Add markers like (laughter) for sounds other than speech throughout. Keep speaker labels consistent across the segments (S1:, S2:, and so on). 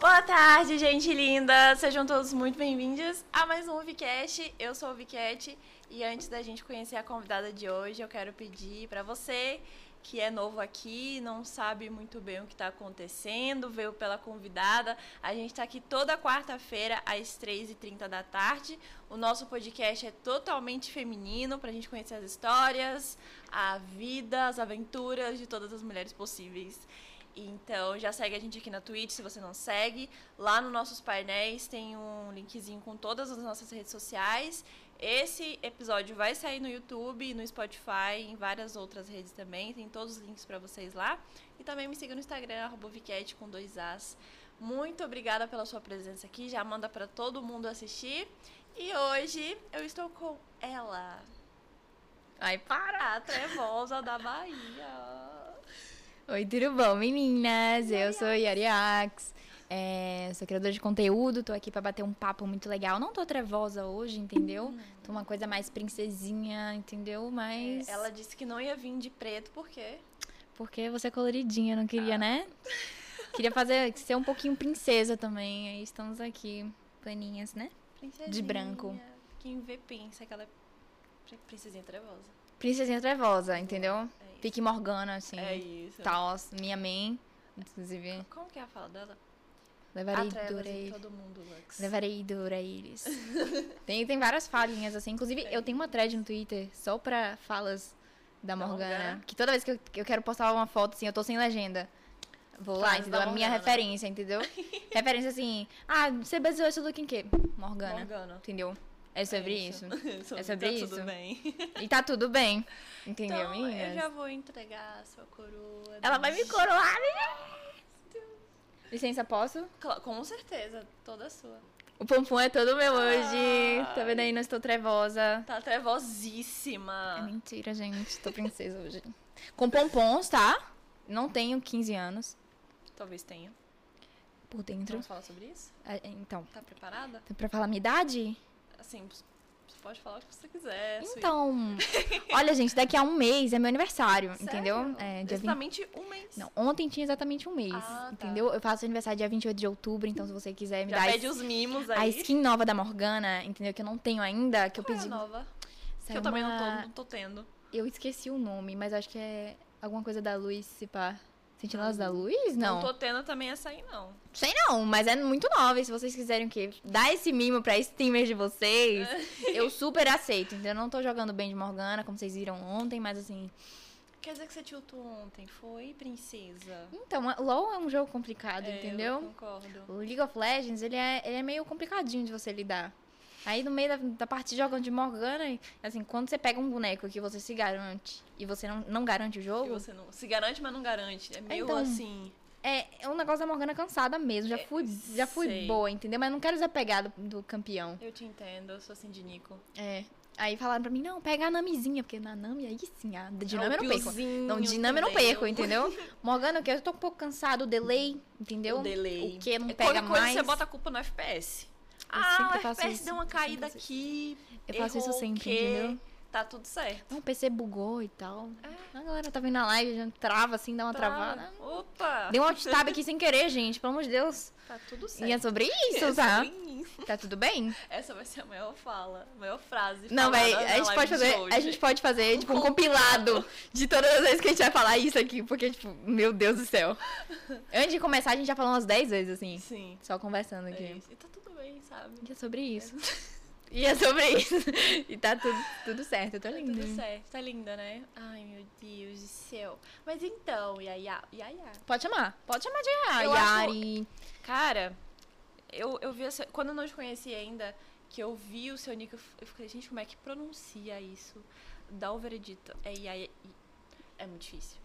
S1: Boa tarde, gente linda! Sejam todos muito bem-vindos a mais um Vicast. Eu sou o Vicat e antes da gente conhecer a convidada de hoje, eu quero pedir para você que é novo aqui, não sabe muito bem o que está acontecendo, veio pela convidada. A gente está aqui toda quarta-feira às 3h30 da tarde. O nosso podcast é totalmente feminino para a gente conhecer as histórias, a vida, as aventuras de todas as mulheres possíveis. Então já segue a gente aqui na Twitch se você não segue. Lá nos nossos painéis tem um linkzinho com todas as nossas redes sociais. Esse episódio vai sair no YouTube, no Spotify, em várias outras redes também. Tem todos os links para vocês lá. E também me siga no Instagram, @vicat com dois as. Muito obrigada pela sua presença aqui. Já manda para todo mundo assistir. E hoje eu estou com ela. Ah, Ai, para, Trevosa da Bahia.
S2: Oi, tudo bom, meninas? Eu sou Yariax. É, sou criadora de conteúdo, tô aqui pra bater um papo muito legal. Não tô trevosa hoje, entendeu?
S1: Hum.
S2: Tô uma coisa mais princesinha, entendeu? Mas.
S1: É, Ela disse que não ia vir de preto porque
S2: Porque você é coloridinha, não
S1: Ah.
S2: queria, né? Queria fazer ser um pouquinho princesa também. Aí estamos aqui, planinhas, né?
S1: princesinha.
S2: branco.
S1: Quem vê pensa que ela é pri- princesinha trevosa.
S2: Princesinha trevosa, entendeu?
S1: É isso.
S2: Pique Morgana, assim.
S1: É isso.
S2: Tal, minha mãe, inclusive.
S1: Como que é a fala dela?
S2: Levarei
S1: A trevas em
S2: Doreiro.
S1: todo mundo, Lux.
S2: Levarei dor a (laughs) eles. tem, tem várias falinhas, assim. Inclusive, eu tenho uma thread no Twitter só pra falas da Morgana.
S1: Morgana.
S2: Que toda vez que eu, que eu quero postar uma foto, assim, eu tô sem legenda. Vou lá,
S1: Falas
S2: entendeu?
S1: da
S2: A minha
S1: Morgana.
S2: referência, (laughs) entendeu? referência assim. Ah, você baseou isso tudo em quê? Morgana.
S1: Morgana.
S2: Entendeu? É sobre isso.
S1: (laughs) Sobre-
S2: É sobre
S1: tá Tudo
S2: isso.
S1: bem.
S2: E tá tudo bem. Entendeu,
S1: Então,
S2: meninas?
S1: eu já vou entregar a sua coroa.
S2: Ela vai me coroar, meninas! Licença, posso?
S1: Cla- Com certeza, toda sua.
S2: O pompom é todo meu hoje.
S1: Ai.
S2: Tá vendo aí? Não estou trevosa.
S1: Tá trevosíssima.
S2: É mentira, gente. Tô princesa hoje. Com pompons, tá? Não tenho 15 anos
S1: Talvez tenha.
S2: por dentro.
S1: Vamos falar sobre isso?
S2: Ah, Então,
S1: Tá preparada?
S2: pra falar minha idade?
S1: Assim, você pode falar o que você quiser. sua- (laughs)
S2: Então, olha, gente, daqui a um mês é meu aniversário,
S1: Sério?
S2: entendeu? É, dia 20...
S1: Exatamente um mês.
S2: Não, ontem tinha exatamente um mês,
S1: Ah, tá.
S2: entendeu? Eu faço aniversário dia 28 de outubro, então se você quiser me
S1: Já
S2: dar
S1: pede os mimos aí.
S2: a skin nova da Morgana, entendeu? Que eu não tenho ainda, que eu
S1: Qual é a
S2: pedi.
S1: nova. Que
S2: Saiu
S1: eu também não
S2: uma-
S1: tô, não tô tendo.
S2: Eu esqueci o nome, mas acho que é alguma coisa da luz, se pá. Sentinelas da luz?
S1: Ah, Não tô tendo também essa aí, não.
S2: Sei não, mas é muito nova. E se vocês quiserem o quê? Dar esse mimo pra streamers
S1: (laughs)
S2: de vocês, eu super aceito. Entendeu? Eu não tô jogando bem de Morgana, como vocês viram ontem, mas assim.
S1: Quer dizer que você tiltou ontem, foi, princesa?
S2: Então, a- LOL é um jogo complicado,
S1: É, Eu
S2: entendeu?
S1: concordo.
S2: O League of Legends, ele é, ele é meio complicadinho de você lidar. Aí no meio da, da partida jogando de Morgana, assim, quando você pega um boneco que você se garante e você não, não garante o
S1: Que
S2: jogo,
S1: você não... Se garante, mas não garante. É meio
S2: então,
S1: assim.
S2: é, é um negócio da Morgana cansada mesmo. Já fui, já
S1: É, sei.
S2: fui boa, entendeu? Mas não quero desapegar do, do campeão.
S1: Eu te entendo, eu sou assim de Nico.
S2: É. Aí falaram pra mim, não, pega a Namizinha, porque na Nami aí sim, a dinâmica
S1: É,
S2: eu
S1: o
S2: não perco.
S1: piozinho
S2: Não, dinâmica eu não
S1: também,
S2: perco, entendeu?
S1: (laughs)
S2: Morgana, que eu tô um pouco cansado, o delay, entendeu?
S1: O delay.
S2: O que não
S1: É
S2: pega
S1: quando- quando
S2: mais.
S1: você bota a culpa no FPS. ah,
S2: sempre
S1: o
S2: faço
S1: FPS
S2: isso,
S1: deu uma
S2: eu
S1: caída
S2: sempre
S1: aqui.
S2: Eu faço isso
S1: errou o
S2: sempre,
S1: quê?
S2: entendeu?
S1: Tá tudo certo.
S2: Não, o PC bugou e tal. A galera tá vendo a live, já trava assim, dá uma travada.
S1: É. Trava. Tá, Opa!
S2: Deu um alt tab aqui sem querer, gente, pelo amor de Deus.
S1: Tá tudo
S2: E é
S1: certo.
S2: sobre
S1: (laughs)
S2: isso,
S1: Essa
S2: tá?
S1: foi-
S2: Tá tudo bem?
S1: Essa vai ser a maior fala, a maior frase. falada
S2: Não, vai,
S1: na
S2: a gente
S1: live
S2: pode
S1: de hoje.
S2: fazer, a gente pode fazer, tipo, um compilado de todas as vezes que a gente vai falar isso aqui, porque, tipo, meu Deus
S1: (laughs)
S2: do céu. Antes de começar, a gente já falou umas 10 vezes, assim,
S1: Sim.
S2: só conversando
S1: é
S2: aqui.
S1: isso. E tá tudo bem, sabe?
S2: E é sobre isso. (laughs) E é sobre isso. E tá tudo, tudo certo, eu tô
S1: Tá
S2: linda.
S1: tudo certo, tá linda, né? Ai, meu Deus do céu. Mas então, Yaya, Yaya.
S2: Pode chamar, pode chamar de
S1: Eu
S2: Yari.
S1: Cara, eu, eu vi essa. Quando eu não te conheci ainda, que eu vi o seu nick, eu f- eu fiquei, gente, como é que pronuncia isso? Dá o veredito. É Yaya. É muito difícil.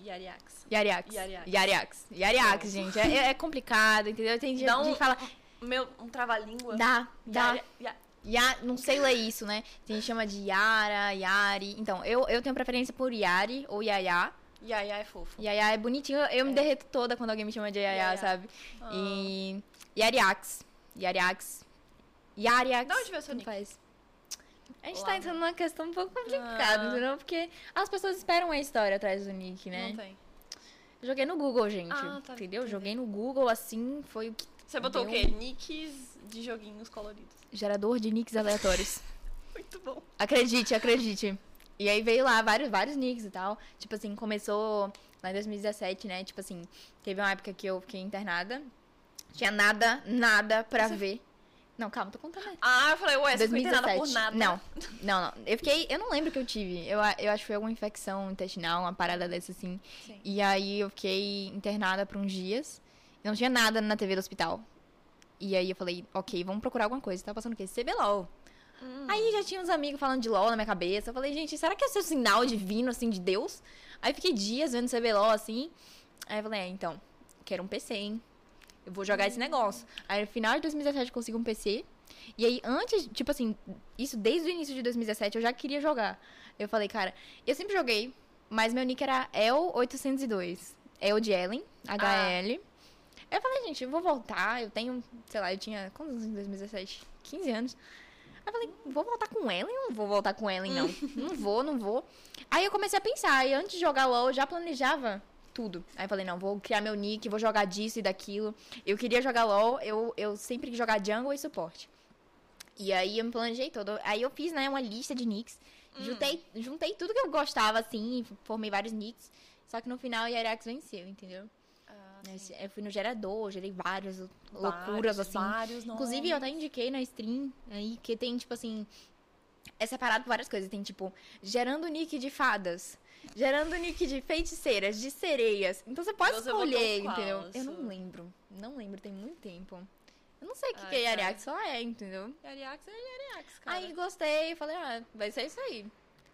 S1: Yariax.
S2: Yariax.
S1: Yariax.
S2: Yariax. Yariax, gente. É, é complicado, entendeu? Tem gente
S1: Dá
S2: que
S1: um-
S2: fala,
S1: Meu, um trava-língua.
S2: dá, dá.
S1: Yaria- Ya-
S2: Ya, não sei ler isso, né? Tem gente que chama de Yara, Yari. Então, eu, eu tenho preferência por Yari ou Yaya.
S1: Yaya é fofo.
S2: Yaya é bonitinho, eu, eu me
S1: É.
S2: derreto toda quando alguém me chama de Yaya,
S1: Yaya.
S2: sabe?
S1: Ah.
S2: E. Yariax. Yariax. Yariax.
S1: Da onde veio seu
S2: Não
S1: nick?
S2: faz. A gente
S1: Lá,
S2: tá entrando numa questão um pouco complicada,
S1: Ah.
S2: entendeu? Porque as pessoas esperam uma história atrás do nick, né?
S1: Não tem.
S2: Joguei no Google, gente.
S1: Ah, tá,
S2: entendeu?
S1: entendi.
S2: Joguei no Google assim, foi o que
S1: Você botou o quê? Nicks de joguinhos coloridos.
S2: Gerador de nicks aleatórios.
S1: Muito bom.
S2: Acredite, acredite. E aí veio lá vários, vários nicks e tal. Tipo assim, começou lá em 2017, né? Tipo assim, teve uma época que eu fiquei internada. Tinha nada, nada pra ver. Não, calma, tô contando. né?
S1: Ah, eu falei, ué, você foi internada por nada.
S2: Não, não, não. Eu fiquei. Eu não lembro o que eu tive. Eu, a- eu acho que foi alguma infecção intestinal, uma parada dessa assim.
S1: Sim.
S2: E aí eu fiquei internada por uns dias. Não tinha nada na TV do hospital. E aí eu falei, ok, vamos procurar alguma coisa. Tava passando o quê? CBLOL.
S1: Hum.
S2: Aí já tinha uns amigos falando de LOL na minha cabeça. Eu falei, gente, será que esse é o sinal divino, assim, de Deus? Aí fiquei dias vendo CBLOL, assim. Aí eu falei, é, então, quero um PC, hein? Eu vou jogar esse negócio. Aí no final de 2017 eu consigo um PC. E aí antes, tipo assim, isso desde o início de 2017 eu já queria jogar. Eu falei, cara, eu sempre joguei, mas meu nick era El802. El de Ellen, HL. Eu falei, gente, eu vou voltar. Eu tenho, sei lá, eu tinha. Quantos anos em 2017? 15 anos. Aí eu falei, vou voltar com Ellen? Não vou voltar com Ellen, não. não vou, não vou. Aí eu comecei a pensar, e antes de jogar LOL, eu já planejava tudo. Aí eu falei, não, vou criar meu nick, vou jogar disso e daquilo. Eu queria jogar LOL, eu, eu sempre quis jogar jungle e suporte. E aí eu me planejei todo. Aí eu fiz, né, uma lista de nicks.
S1: Hum.
S2: Juntei, juntei tudo que eu gostava, assim, formei vários nicks. Só que no final, Yarax venceu, entendeu?
S1: Ah, sim.
S2: Eu fui no gerador, gerei várias lou-
S1: Vários,
S2: loucuras, assim.
S1: vários
S2: Inclusive, eu
S1: nomes.
S2: até indiquei na stream aí que tem, tipo assim. É separado por várias coisas. Tem, tipo, gerando nick de fadas, gerando nick de feiticeiras, de sereias. Então você pode
S1: Você
S2: escolher,
S1: botou qual,
S2: entendeu? Eu
S1: sua?
S2: não lembro. Não lembro, tem muito tempo. Eu não sei o que,
S1: Ai,
S2: que a
S1: cara.
S2: Yariax só é, entendeu?
S1: Ariax é Ariax, cara.
S2: Aí gostei, falei, ah, vai ser isso aí.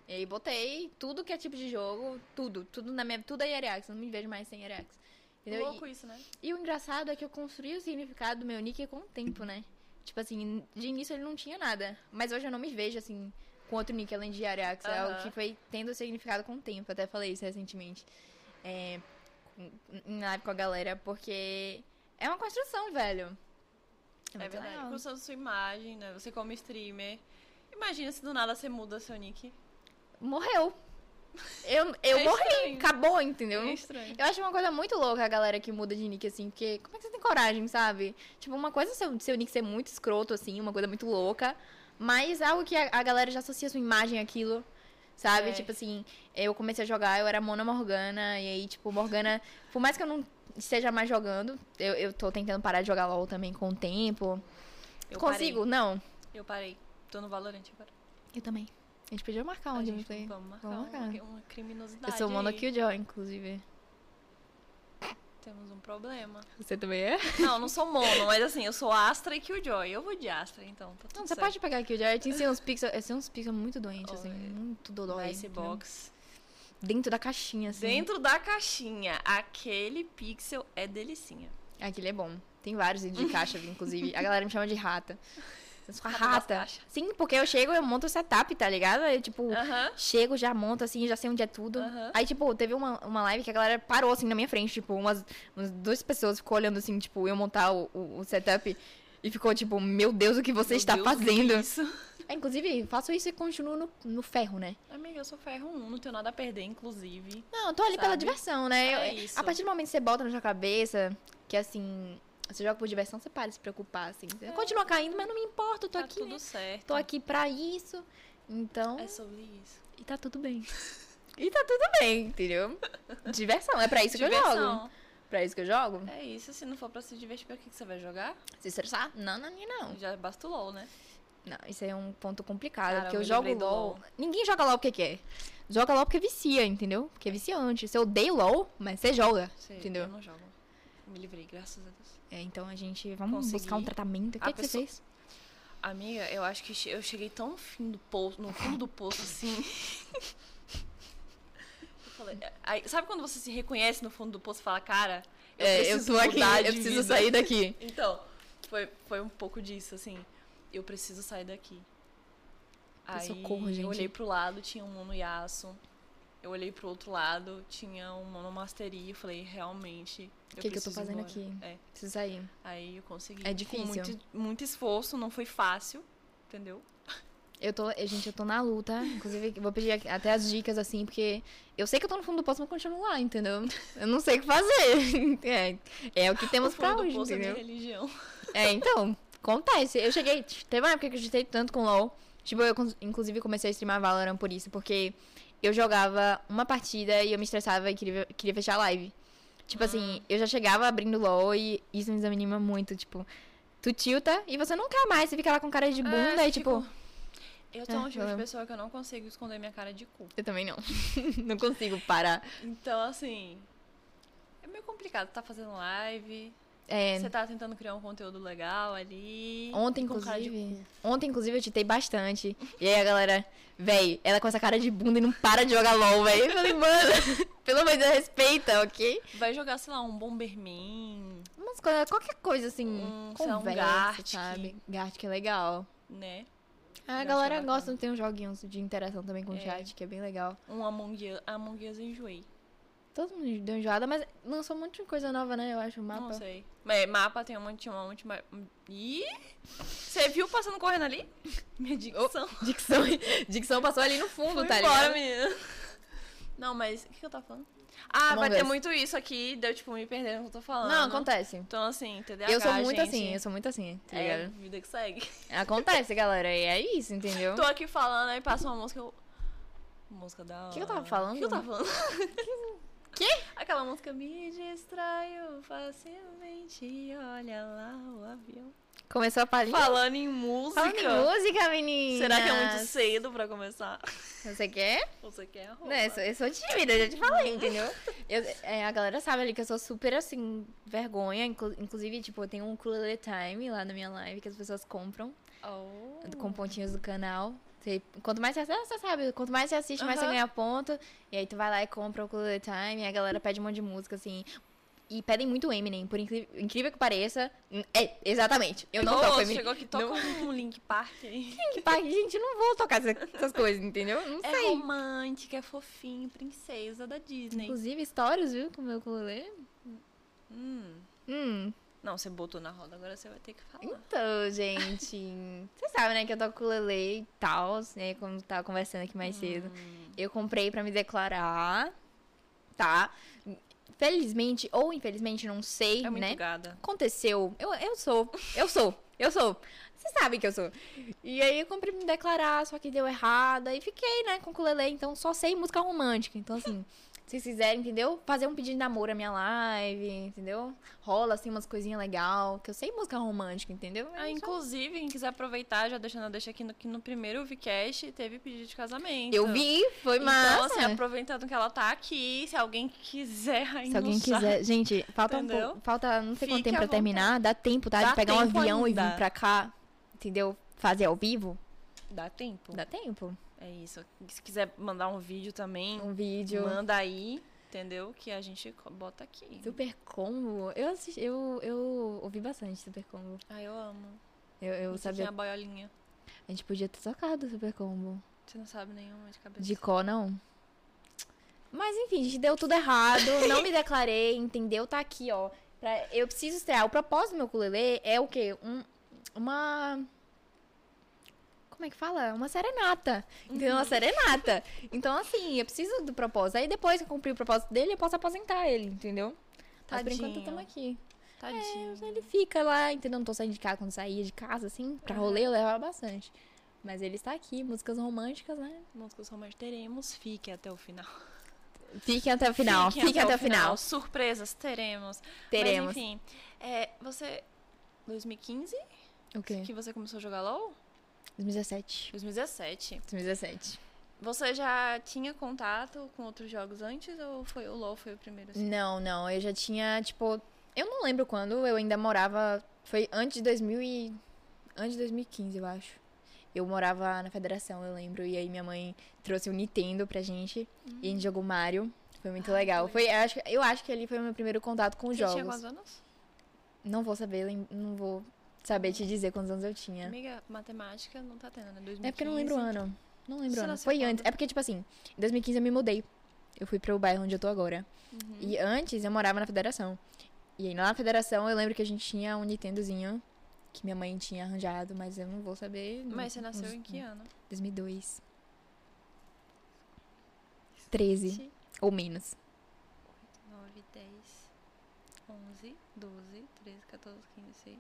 S2: E aí botei tudo que é tipo de jogo, tudo, tudo na minha. Tudo é Yariax, eu não me vejo mais sem Yariax. Entendeu? E-
S1: Louco isso, né?
S2: e o engraçado é que eu construí o significado do meu nick com o tempo, né? Tipo assim, de início ele não tinha nada. Mas hoje eu não me vejo, assim, com outro nick além de Ariax. É algo
S1: Aham.
S2: que foi tendo significado com o tempo. Até falei isso recentemente. É, em- em live com a galera, porque é uma construção, velho.
S1: É,
S2: muito
S1: verdade.
S2: legal.
S1: Construção da sua imagem, né? Você como streamer. Imagina se do nada você muda seu nick.
S2: Morreu. Eu, eu
S1: É (laughs)
S2: morri.
S1: estranho.
S2: Acabou, entendeu?
S1: É estranho.
S2: Eu acho uma coisa muito louca a galera que muda de nick, assim, porque como é que você tem coragem, sabe? Tipo, uma coisa é seu, seu nick ser muito escroto, assim, uma coisa muito louca, mas algo que a, a galera já associa sua imagem àquilo, sabe?
S1: É.
S2: Tipo assim, eu comecei a jogar, eu era Mona Morgana, e aí, tipo, Morgana, por mais que eu não esteja mais jogando, eu, eu tô tentando parar de jogar LOL também com o tempo.
S1: Eu
S2: Consigo? Não.
S1: Parei. Eu parei. Tô no Valorant agora.
S2: Eu também. A gente podia marcar
S1: A
S2: um
S1: gente,
S2: gameplay.
S1: Vamos marcar,
S2: Vamos
S1: uma-
S2: marcar.
S1: uma
S2: Eu
S1: criminosidade.
S2: sou Mona
S1: aí.
S2: Killjoy, inclusive.
S1: Temos um
S2: (laughs)
S1: problema.
S2: Você também é?
S1: Não, não sou mono, mas assim, eu sou Astra e Killjoy. Eu vou de Astra, então. Tá tudo
S2: Não, você
S1: certo.
S2: pode pegar aqui o Jared, ensina uns pixels. Esse é uns pixels muito doentes,
S1: Oh,
S2: assim,
S1: é.
S2: muito
S1: Vai
S2: dolói.
S1: Esse box.
S2: Dentro da caixinha, assim.
S1: Dentro da caixinha, aquele pixel é delicinha.
S2: Aquele é bom. Tem vários
S1: (laughs)
S2: de caixa, inclusive. A galera me chama de rata. Eu sou a
S1: Rata das
S2: rata.
S1: caixas.
S2: Sim, porque eu chego, eu monto o setup, tá ligado? Aí, tipo,
S1: Aham.
S2: chego, já monto, assim, já sei onde é tudo.
S1: Aham.
S2: Aí, tipo, teve uma, uma live que a galera parou, assim, na minha frente. Tipo, umas, umas duas pessoas ficou olhando, assim, tipo, eu montar o, o, o setup. E ficou, tipo, meu Deus, o que você
S1: Meu
S2: está
S1: Deus,
S2: fazendo?
S1: que é Isso.
S2: É, inclusive, faço isso e continuo no, no ferro, né?
S1: Amiga, eu sou ferro 1, não tenho nada a perder, inclusive.
S2: Não, eu tô ali pela
S1: Sabe?
S2: diversão, né?
S1: É
S2: Eu-
S1: isso.
S2: A partir do momento que você bota na sua cabeça que assim, você joga por diversão, você para de se preocupar, assim.
S1: É.
S2: Continua caindo, mas não me importa, eu tô
S1: tá
S2: aqui.
S1: tudo
S2: né?
S1: certo.
S2: Tô aqui pra isso. Então.
S1: É sobre isso.
S2: E tá tudo bem. (laughs) e tá tudo bem, entendeu? Diversão, é pra isso que eu jogo.
S1: Diversão.
S2: Pra isso que eu jogo?
S1: É isso, se não for pra se divertir, pra que que você vai jogar?
S2: Se estressar? Não, não, não, não.
S1: Já basta o LOL, né?
S2: Não, isso aí é um ponto complicado,
S1: Cara,
S2: porque
S1: eu
S2: eu
S1: me
S2: jogo
S1: lembrei do
S2: LOL.
S1: LOL.
S2: Ninguém joga LOL porque quer. Joga LOL porque vicia, entendeu? Porque é viciante. Você odeia o LOL, mas você joga,
S1: Você-
S2: entendeu?
S1: Eu não jogo. Me livrei, graças a Deus.
S2: É, então a gente. Vamos
S1: Consegui.
S2: buscar um tratamento. O que,
S1: A
S2: é que você
S1: pessoa-
S2: fez?
S1: Amiga, eu acho que che- eu cheguei tão no fim do poço, no fundo do poço, assim. Eu falei, é, aí, sabe quando você se reconhece no fundo do poço e fala, cara, É, eu
S2: É,
S1: preciso mudar de vida.
S2: daqui.
S1: Então, foi, foi um pouco disso, assim. Eu preciso sair daqui. Aí
S2: socorro, gente.
S1: eu olhei pro lado, tinha um mono Yasuo. Eu olhei pro outro lado, tinha um mono Mastery. Eu falei, realmente,
S2: Que que eu tô
S1: preciso ir
S2: fazendo
S1: embora.
S2: aqui?
S1: É,
S2: Preciso sair.
S1: aí eu consegui.
S2: É difícil.
S1: Com muito, muito esforço, não foi fácil, entendeu?
S2: Eu tô, eu- gente, eu tô na luta. Inclusive, eu vou pedir aqui- até as dicas, assim, porque eu sei que eu tô no fundo do poço, mas continuo lá, entendeu? Eu não sei o que fazer. (laughs) É, é o que temos
S1: O
S2: pra
S1: fundo do
S2: hoje,
S1: poço é minha
S2: entendeu?
S1: religião.
S2: É, então, acontece. Eu cheguei. Teve uma época que eu digitei tanto com LOL. Tipo, eu cons- inclusive comecei a streamar Valorant por isso, porque eu jogava uma partida e eu me estressava e queria, queria fechar a live. Tipo
S1: Ah.
S2: assim, eu já chegava abrindo LOL e isso me desanima muito. Tipo, tu tilta e você não quer mais, você fica lá com cara de (laughs) bunda
S1: É,
S2: e tipo.
S1: fico- Eu sou
S2: É,
S1: um tipo de
S2: eu-
S1: pessoa que eu não consigo esconder minha cara de cu.
S2: Eu também não. (laughs) não consigo parar.
S1: Então, assim. É meio complicado. Tá fazendo live,
S2: É,
S1: você tá tentando criar um conteúdo legal ali.
S2: Ontem,
S1: com cara de
S2: inclusive. Ontem, inclusive, eu titei bastante. E aí a galera, véi, ela com essa cara de bunda e não para de jogar LOL, véi. Eu falei, mano, (laughs) pelo amor de Deus, respeita, ok?
S1: cu. Vai jogar, sei lá, um Bomberman,
S2: Umas coisas, qualquer coisa assim,
S1: Um, sei lá, um
S2: conversa,
S1: Gartic.
S2: sabe? Gartic é legal.
S1: né?
S2: A
S1: Gartic é
S2: galera
S1: bacana.
S2: gosta, tem uns joguinhos de interação também com o
S1: É.
S2: chat, que é bem legal.
S1: Um Among Us, Among Us eu enjoei.
S2: Todo mundo deu enjoada, mas lançou um monte de coisa nova, né? Eu acho, o mapa.
S1: Não sei. Mas mapa tem um monte, tinha um monte mais. Ih! Você viu passando correndo ali? (laughs) Minha dicção.
S2: (laughs) Dicção, Dicção passou ali no fundo,
S1: Fui
S2: tá
S1: embora,
S2: ligado?
S1: menina. Não, mas o que, que eu tava falando? Ah,
S2: Among
S1: vai ter
S2: Us.
S1: muito isso aqui, deu tipo me perder no que eu tô falando.
S2: Não, acontece.
S1: Então, assim, TDAH,
S2: Eu sou muito
S1: gente,
S2: assim, eu sou muito assim, tá
S1: É,
S2: ligado?
S1: vida que segue.
S2: Acontece, galera. E é isso, entendeu?
S1: Tô aqui falando, aí passa uma música. Eu... Música da hora.
S2: Que que eu tava falando?
S1: O que eu tava
S2: (laughs)
S1: falando?
S2: Quê?
S1: Aquela música me distraio facilmente. Olha lá o avião.
S2: Começou a palhinha?
S1: Falando em música.
S2: Fala de música, menina.
S1: Será que é muito cedo pra começar?
S2: Você quer?
S1: Você quer a roupa?
S2: Né, eu sou- eu sou tímida, eu já te
S1: (laughs)
S2: falei, entendeu? Eu- é, a galera sabe ali que eu sou super, assim, vergonha. Inclu- inclusive, tipo, eu tenho um ukulele time lá na minha live que as pessoas compram
S1: Oh.
S2: com pontinhos do canal. Você- quanto mais você assiste, você sabe, quanto mais você assiste, mais você
S1: Aham.
S2: ganha ponto. E aí tu vai lá e compra o ukulele time e a galera pede um monte de música, assim... E pedem muito Eminem, por incri- incrível que pareça. É, exatamente. Eu não
S1: Ô,
S2: toco Eminem.
S1: chegou aqui, toca um Link Park aí.
S2: que pai, Tá, gente, eu não vou tocar essa- essas coisas, entendeu? Não
S1: É
S2: sei.
S1: romântica, é fofinho, princesa da Disney.
S2: Inclusive, stories, viu? Com o meu ukulele.
S1: Hum.
S2: Hum.
S1: Não, você botou na roda, agora você vai ter que falar.
S2: Então, gente. Vocês sabem, né? Que eu toco ukulele e tal, né? Como eu tava conversando aqui mais cedo.
S1: Hum,
S2: Eu comprei pra me declarar, tá? Felizmente ou infelizmente, não sei,
S1: É muito
S2: né?
S1: gada.
S2: aconteceu. Eu, eu sou, eu sou, eu sou. Vocês sabem que eu sou. E aí eu comprei pra me declarar, só que deu errada. E fiquei, né, com o ukulele. Então só sei música romântica. Então, assim, se vocês quiserem, entendeu? Fazer um pedido de namoro na minha live, entendeu? Rola, assim, umas coisinhas legal. Que eu sei música romântica, entendeu?
S1: Ah,
S2: É isso.
S1: inclusive, quem quiser aproveitar, já deixando, eu deixo aqui no, que no primeiro VCast teve pedido de casamento.
S2: Eu vi, foi
S1: Então,
S2: massa.
S1: assim, aproveitando que ela tá aqui, se alguém quiser ainda.
S2: se alguém quiser. Gente, falta um
S1: Entendeu?
S2: pouco. Falta não sei quanto
S1: Fique
S2: tempo
S1: à
S2: pra terminar. Dá tempo, tá?
S1: Dá
S2: de pegar um
S1: tempo
S2: avião e
S1: ainda.
S2: vir pra cá, entendeu? Fazer ao vivo.
S1: Dá tempo?
S2: Dá tempo.
S1: É isso. Se quiser mandar um vídeo também,
S2: Um vídeo.
S1: manda aí, entendeu? Que a gente co- bota aqui.
S2: Super Combo? Eu assisti, eu, eu ouvi bastante Super Combo.
S1: Ah, eu amo.
S2: Eu, eu
S1: Você
S2: sabia.
S1: tinha a boiolinha.
S2: A gente podia ter tocado Super Combo.
S1: Você não sabe nenhuma de cabeça.
S2: De có, não. Mas enfim, gente deu tudo errado. não me declarei, entendeu? Tá aqui, ó. Pra- eu preciso estrear. O propósito do meu ukulele é o quê? Um, uma. Como é que fala? Uma serenata.
S1: (laughs)
S2: Entendeu? Uma serenata. Então, assim, eu preciso do propósito. Aí depois que eu cumprir o propósito dele, eu posso aposentar ele, entendeu? Mas por enquanto
S1: Tadinho.
S2: estamos aqui.
S1: Tadinho.
S2: Ele fica lá, entendeu? Não tô saindo de casa quando saía de casa, assim. Pra rolê eu levava bastante. Mas ele está aqui, músicas românticas, né?
S1: Músicas românticas teremos, fique até o final.
S2: Fiquem até o final, fiquem, até, o final.
S1: Surpresas teremos.
S2: Teremos.
S1: Mas, enfim, é, você. 2015?
S2: O quê?
S1: Que você começou a jogar LOL?
S2: 2017.
S1: 2017.
S2: 2017.
S1: Você já tinha contato com outros jogos antes ou foi o LOL foi o primeiro? assim?
S2: Não, não, eu já tinha, tipo... Eu não lembro quando, eu ainda morava... Foi antes de 2000 e... Antes de 2015, eu acho. Eu morava na Federação, eu lembro. E aí minha mãe trouxe o Nintendo pra gente. E a gente jogou Mario. Foi muito
S1: Ah, que
S2: legal.
S1: legal.
S2: Foi, eu, acho, eu acho que ali foi o meu primeiro contato com os
S1: Você
S2: jogos.
S1: tinha quantos anos?
S2: Não vou saber, lem- não vou saber te dizer quantos anos eu tinha.
S1: Amiga, matemática não tá tendo, né? 2015.
S2: É porque eu não lembro o ano. Não lembro
S1: Você
S2: o ano.
S1: nasceu
S2: Foi
S1: quando?
S2: antes. É porque, tipo assim, em 2015 eu me mudei. Eu fui pro bairro onde eu tô agora.
S1: Uhum.
S2: E antes eu morava na Federação. E aí lá na Federação eu lembro que a gente tinha um Nintendozinho. que minha mãe tinha arranjado, mas eu não vou saber.
S1: Mas você
S2: Não-
S1: nasceu
S2: uns-
S1: em que ano?
S2: 2002. 13
S1: 7,
S2: ou menos.
S1: 9, 10, 11, 12, 13, 14, 15, 16.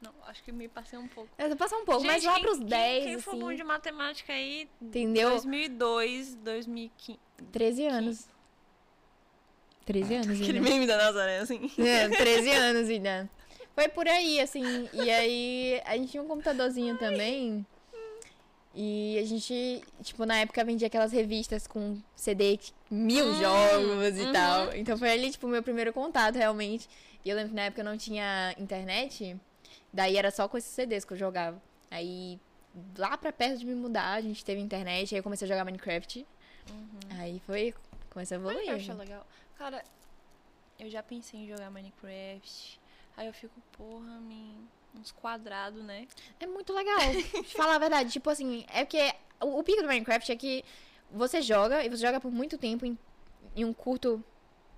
S1: Não, acho que me passei um pouco.
S2: Eu passar um pouco, mas lá
S1: quem-
S2: pros
S1: quem-
S2: 10,
S1: Quem for bom
S2: assim,
S1: de matemática aí,
S2: entendeu?
S1: 2002, 2015.
S2: 13 anos. 13 anos,
S1: Aquele
S2: Ina.
S1: meme da Nazaré, assim.
S2: (laughs) É, 13 anos, Ina. Foi por aí, assim. E aí, a gente tinha um computadorzinho também. E a gente, tipo, na época vendia aquelas revistas com CD, que- mil
S1: Hum,
S2: jogos e
S1: uhum.
S2: tal. Então foi ali, tipo, o meu primeiro contato, realmente. E eu lembro que na época eu não tinha internet. Daí era só com esses CDs que eu jogava. Aí, lá pra perto de me mudar, a gente teve internet. Aí eu comecei a jogar Minecraft. Aí foi, começou a evoluir.
S1: Uhum. Minecraft é legal. Cara, eu já pensei em jogar Minecraft. Aí eu fico, porra, mim. Uns quadrados, né?
S2: É muito legal. Te falar a verdade, tipo assim, é porque o, o pico do Minecraft é que você joga e você joga por muito tempo em, em um curto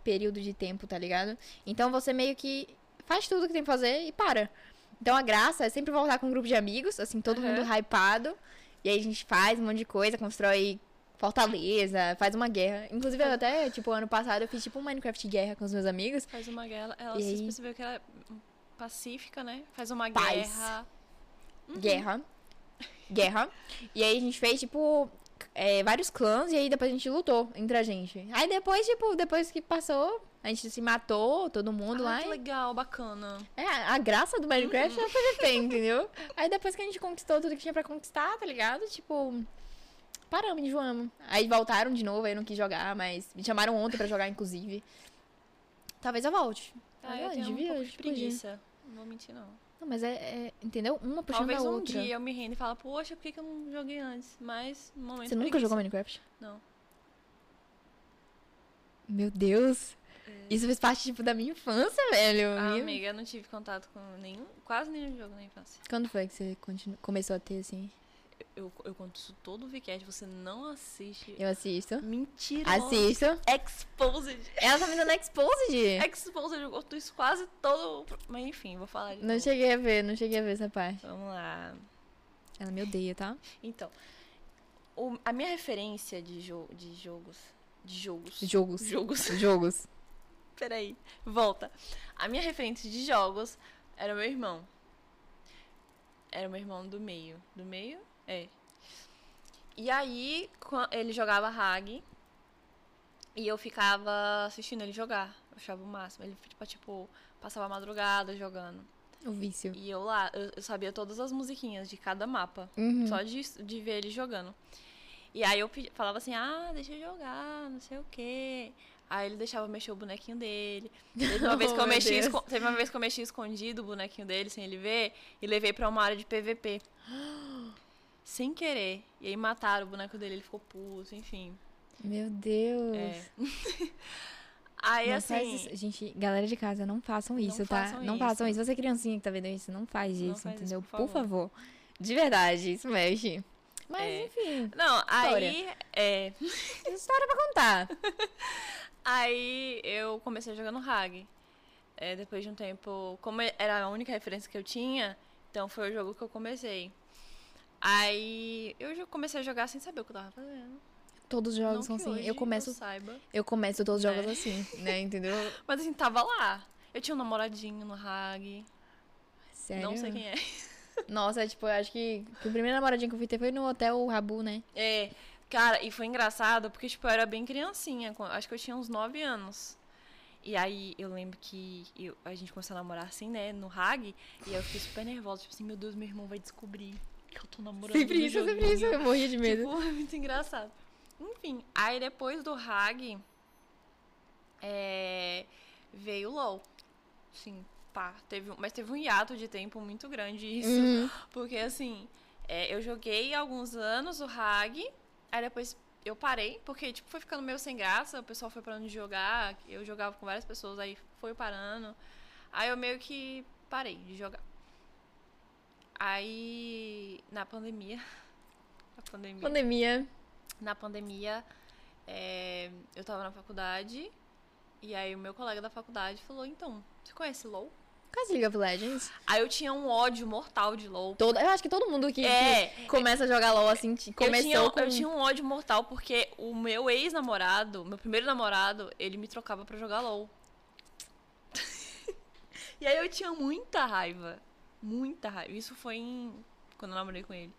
S2: período de tempo, tá ligado? Então você meio que faz tudo que tem que fazer e para. Então a graça é sempre voltar com um grupo de amigos, assim, todo
S1: Aham.
S2: mundo hypado. E aí a gente faz um monte de coisa, constrói fortaleza, faz uma guerra. Inclusive, eu até, tipo, ano passado eu fiz tipo um Minecraft guerra com os meus amigos.
S1: Faz uma guerra. Ela
S2: E
S1: você
S2: aí?
S1: percebeu que ela é pacífica, né? Faz uma
S2: Paz.
S1: guerra. Ah, Uhum.
S2: Guerra. Guerra. E aí a gente fez, tipo, é, vários clãs e aí depois a gente lutou entre a gente. Aí depois, tipo, depois que passou, a gente se matou, todo mundo
S1: Ah,
S2: lá.
S1: que Uhum.
S2: e-
S1: legal, bacana.
S2: É, a graça do Minecraft é
S1: (laughs)
S2: PVP, entendeu? Aí depois que a gente conquistou tudo que tinha pra conquistar, tá ligado? Tipo, paramos, enjoamos. Aí voltaram de novo, aí eu não quis jogar, mas me chamaram ontem pra jogar, inclusive. Talvez eu volte.
S1: Ah,
S2: Olha,
S1: eu tenho um
S2: devia,
S1: pouco de
S2: tipo, de-
S1: preguiça. Não vou mentir, não.
S2: Não, mas é, é- entendeu? Uma puxando
S1: Talvez
S2: a
S1: um
S2: outra.
S1: dia eu me renda e fala, poxa, por que, que eu não joguei antes? Mas, no momento,
S2: Você nunca
S1: preguiça.
S2: jogou Minecraft?
S1: Não.
S2: Meu Deus. Isso fez parte, tipo, da minha infância, velho.
S1: É. Ah,
S2: Minha-
S1: amiga, eu não tive contato com nenhum, quase nenhum jogo na infância.
S2: Quando foi que você continu- começou a ter, assim?
S1: Eu, eu conto isso todo o Vcast, você não assiste.
S2: Eu Assim? assisto.
S1: Mentira.
S2: Assisto.
S1: Exposed.
S2: Ela tá me dando
S1: É
S2: exposed.
S1: Exposed, eu conto isso quase todo. o pro- Mas enfim, vou falar de
S2: Não
S1: novo.
S2: cheguei a ver, não cheguei a ver essa parte.
S1: Vamos lá.
S2: Ela me odeia, tá?
S1: Então, o- a minha referência de, jo de jogos. De jogos.
S2: Jogos.
S1: Jogos.
S2: (laughs) Jogos.
S1: Peraí, volta. A minha referência de jogos era o meu irmão. Era o meu irmão do meio. Do meio? É. E aí, qua- ele jogava Hag. E eu ficava assistindo ele jogar. Eu achava o máximo. Ele, tipo, tipo, passava a madrugada jogando.
S2: O vício.
S1: E eu lá, eu, eu sabia todas as musiquinhas de cada mapa.
S2: Uhum.
S1: Só de, de ver ele jogando. E aí eu pedi- falava assim, ah, deixa eu jogar, não sei o quê. Aí ele deixava eu mexer o bonequinho dele. Teve
S2: (laughs)
S1: uma, vez que
S2: Oh,
S1: eu
S2: meu
S1: mexi
S2: Deus.
S1: esco- teve uma vez que eu mexi escondido o bonequinho dele, sem ele ver, e levei pra uma área de
S2: (gasps)
S1: PVP. sem querer. E aí mataram o boneco dele, ele ficou puto, enfim.
S2: Meu Deus.
S1: É. (laughs) aí
S2: não
S1: assim.
S2: faz isso. Gente, galera de casa, não façam isso, tá?
S1: façam
S2: não
S1: isso.
S2: façam isso. Você criancinha que tá vendo isso, não faz
S1: Não
S2: isso,
S1: faz isso,
S2: entendeu?
S1: por
S2: por, favor. De verdade, isso mexe. Mas,
S1: É.
S2: enfim,
S1: Não, aí.
S2: História.
S1: É,
S2: história pra contar.
S1: Aí eu comecei jogando Hag. É, depois de um tempo, como era a única referência que eu tinha, então foi o jogo que eu comecei. Aí eu jo- comecei a jogar sem saber o que eu tava fazendo.
S2: Todos os
S1: Não
S2: jogos são
S1: que
S2: assim.
S1: hoje
S2: eu começo,
S1: Eu saiba.
S2: eu começo todos os
S1: É.
S2: jogos
S1: (laughs)
S2: assim, né? Entendeu?
S1: Mas assim, tava lá. Eu tinha um namoradinho no Hag.
S2: Sério.
S1: Não sei quem é.
S2: Nossa, tipo, eu acho que que o primeiro namoradinho que eu fui ter foi no hotel Rabu, né?
S1: É, cara, e foi engraçado porque, tipo, eu era bem criancinha, quan- acho que eu tinha uns 9 anos. E aí eu lembro que eu- a gente começou a namorar assim, né, no Hag, e eu fiquei super nervosa, tipo assim, meu Deus, meu irmão vai descobrir que eu tô namorando.
S2: Sempre
S1: no
S2: isso, sempre isso.
S1: joguinho."
S2: Eu morria de medo.
S1: Tipo, (laughs) é muito engraçado. Enfim, aí depois do Hag, é, veio o LOL. Sim, pá, teve, um- mas teve um hiato de tempo muito grande isso.
S2: Uhum.
S1: Porque assim, é, eu joguei alguns anos o Hag, aí depois eu parei, porque tipo, foi ficando meio sem graça, o pessoal foi parando de jogar, eu jogava com várias pessoas, aí foi parando. Aí eu meio que parei de jogar. Aí na pandemia. (laughs) A pandemia.
S2: Pandemia.
S1: Na pandemia, é, eu tava na faculdade, e aí o meu colega da faculdade falou, então, você conhece LOL?
S2: Quase League of Legends.
S1: Aí eu tinha um ódio mortal de LoL.
S2: Todo, eu acho que todo mundo que,
S1: É.
S2: que começa a jogar LOL assim, ti-
S1: Eu
S2: começou
S1: tinha,
S2: com...
S1: eu tinha um ódio mortal porque o meu ex-namorado, meu primeiro namorado, ele me trocava pra jogar LOL. (laughs) e aí eu tinha muita raiva. Muita raiva. Isso foi em. Quando eu namorei com ele.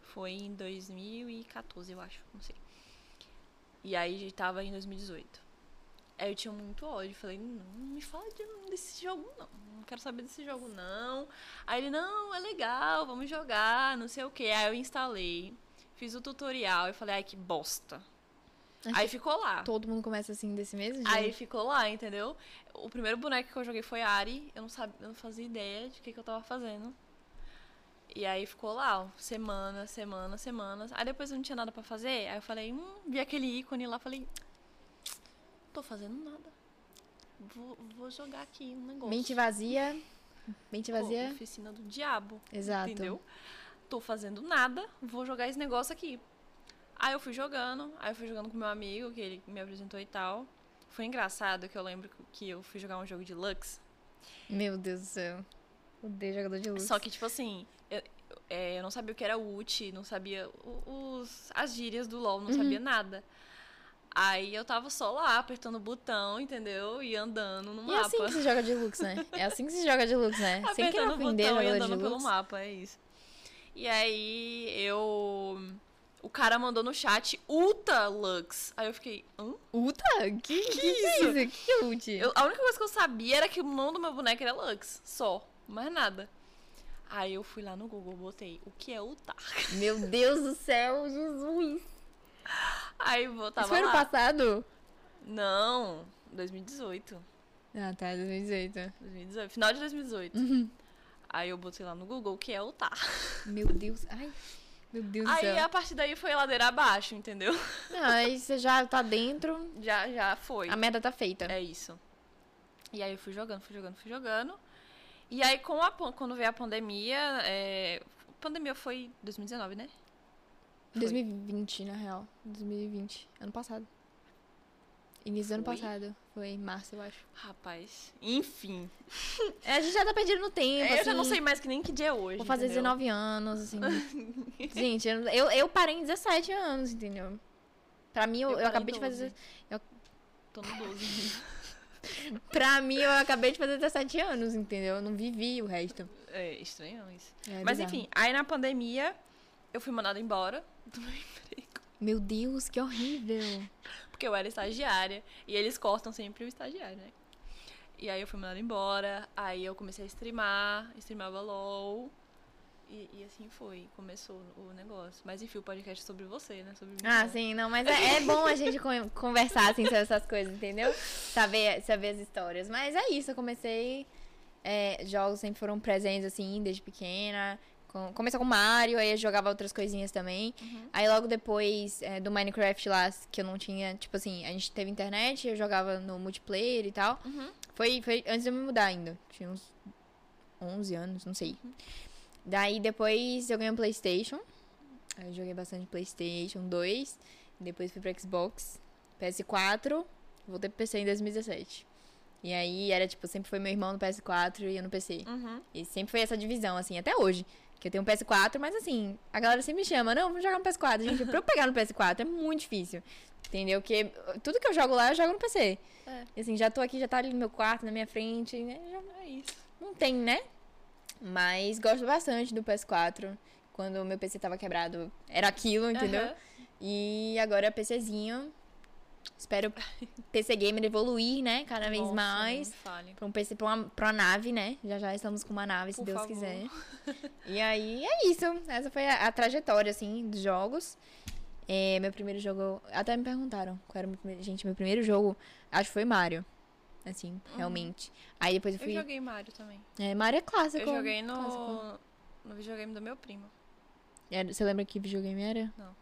S1: Foi em 2014, eu acho. Não sei. E aí a gente tava em 2018. Aí eu tinha muito ódio. Falei, não me fala de- desse jogo, não. Não quero saber desse jogo, não. Aí ele, não, é legal, vamos jogar, não sei o que. Aí eu instalei, fiz o tutorial e falei, ai, que bosta.
S2: Acho
S1: Aí ficou lá.
S2: Todo mundo começa assim desse mesmo jeito.
S1: um- Aí ficou lá, entendeu? O primeiro boneco que eu joguei foi Ari. Eu não sabia, eu não fazia ideia de o que, que eu tava fazendo. E aí ficou lá, ó, semanas, semanas, semanas. Aí depois eu não tinha nada pra fazer. Aí eu falei, hum, vi aquele ícone lá, falei, não tô fazendo nada. Vou, vou jogar aqui um negócio.
S2: Mente vazia. Mente
S1: Pô,
S2: vazia.
S1: Oficina do diabo.
S2: Exato.
S1: Entendeu? Tô fazendo nada, vou jogar esse negócio aqui. Aí eu fui jogando, aí eu fui jogando com meu amigo, que ele me apresentou e tal. Foi engraçado que eu lembro que eu fui jogar um jogo de Lux.
S2: Meu Deus do céu. Odeio jogador de luz.
S1: Só que, tipo assim, eu, eu- é, eu não sabia o que era ult, não sabia o- os, as gírias do LoL, não
S2: Uhum.
S1: sabia nada. Aí eu tava só lá, apertando o botão, entendeu? E andando no
S2: E é
S1: mapa.
S2: assim que se joga de lux, né? É assim que se joga de lux,
S1: (laughs)
S2: né? Sem querer
S1: apertando o
S2: ofender
S1: botão e
S2: jogador de
S1: andando pelo
S2: lux.
S1: mapa, é isso. E aí eu. O cara mandou no chat Ulta Lux. Aí eu fiquei. Hã?
S2: Uta? Que, que,
S1: isso?
S2: isso? é isso? Que que é ult?
S1: Eu- a única coisa que eu sabia era que o nome do meu boneco era Lux. Só. Mais nada. Aí eu fui lá no Google, botei o que é ultar.
S2: Meu Deus do céu, Jesus.
S1: Aí botava
S2: Isso foi ano
S1: lá.
S2: passado?
S1: Não, 2018.
S2: Ah, tá, 2018.
S1: 2018. Final de 2018.
S2: Uhum.
S1: Aí eu botei lá no Google o que é ultar.
S2: Meu Deus. Ai. Meu Deus do
S1: Aí
S2: céu.
S1: a partir daí foi ladeira abaixo, entendeu? (laughs)
S2: Não, aí você já tá dentro,
S1: Já, já foi.
S2: a merda tá feita.
S1: É isso. E aí eu fui jogando, fui jogando, fui jogando. E aí com a, pan- quando veio a pandemia, é, a pandemia foi 2019, né? Foi.
S2: 2020, na real. 2020. Ano passado. Início do ano
S1: Foi?
S2: passado. Foi em março, eu acho.
S1: Rapaz, enfim. É,
S2: É, a gente já tá perdido no tempo,
S1: eu já
S2: assim.
S1: não sei mais que nem que dia é hoje.
S2: Vou fazer
S1: entendeu?
S2: 19 anos, (laughs) assim. gente, eu, eu, eu parei em 17 anos, entendeu? Pra mim, eu, eu
S1: parei
S2: acabei de
S1: 12.
S2: fazer. eu-
S1: Tô no (laughs) 12.
S2: Pra mim, eu acabei de fazer 17 anos, entendeu? Eu não vivi o resto.
S1: é estranho isso.
S2: É
S1: Mas
S2: bizarro.
S1: enfim, aí na pandemia eu fui mandada embora do meu emprego.
S2: Meu Deus, que horrível.
S1: Porque eu era estagiária. E eles cortam sempre o estagiário, né? E aí eu fui mandada embora. Aí eu comecei a streamar. Streamava LOL. E, e assim foi. Começou o negócio. Mas enfim, o podcast é sobre você, né? Sobre mim.
S2: Ah,
S1: né?
S2: sim, não, mas é, é bom a gente con- conversar assim sobre essas coisas, entendeu? Saber, saber as histórias. Mas é isso, eu comecei. é, jogos sempre foram presentes, assim, desde pequena. Com, começou com Mario, aí eu jogava outras coisinhas também. Aí logo depois é, do Minecraft lá, que eu não tinha, tipo assim, a gente teve internet, eu jogava no multiplayer e tal.
S1: Uhum.
S2: Foi, foi antes de eu me mudar ainda. Tinha uns 11 anos, não sei. Daí depois eu ganhei um PlayStation. Aí eu joguei bastante PlayStation 2. Depois fui pra Xbox. PS4. Voltei pro PC em 2017. E aí era tipo, sempre foi meu irmão no PS4 e eu no PC.
S1: Uhum.
S2: E sempre foi essa divisão, assim, até hoje. Que eu tenho um PS4, mas assim, a galera sempre me chama, não, vamos jogar no PS4. Gente, pra eu pegar no PS4 é muito difícil. Entendeu? Porque tudo que eu jogo lá, eu jogo no PC.
S1: É.
S2: E assim, já tô aqui, já tá ali no meu quarto, na minha frente, né? Já
S1: É isso.
S2: não tem, né? Mas gosto bastante do PS4. Quando o meu PC tava quebrado, era aquilo, entendeu?
S1: Aham.
S2: E agora é PCzinho. Espero PC Gamer evoluir, né? Cada vez
S1: Nossa,
S2: mais.
S1: nem me fale.
S2: Pra um PC, pra uma, pra uma nave, né? Já já estamos com uma nave, se
S1: Por
S2: Deus
S1: favor. (laughs)
S2: quiser. E aí é isso. Essa foi a, a trajetória, assim, dos jogos. É, meu primeiro jogo. Até me perguntaram qual era o meu primeiro. Gente, meu primeiro jogo, acho que foi Mario. Assim, realmente. Aí depois eu
S1: Uhum. Eu
S2: fui.
S1: joguei Mario também.
S2: É, Mario é clássico.
S1: Eu joguei
S2: clássico.
S1: no, no videogame do meu primo.
S2: Era- você lembra que videogame era?
S1: Não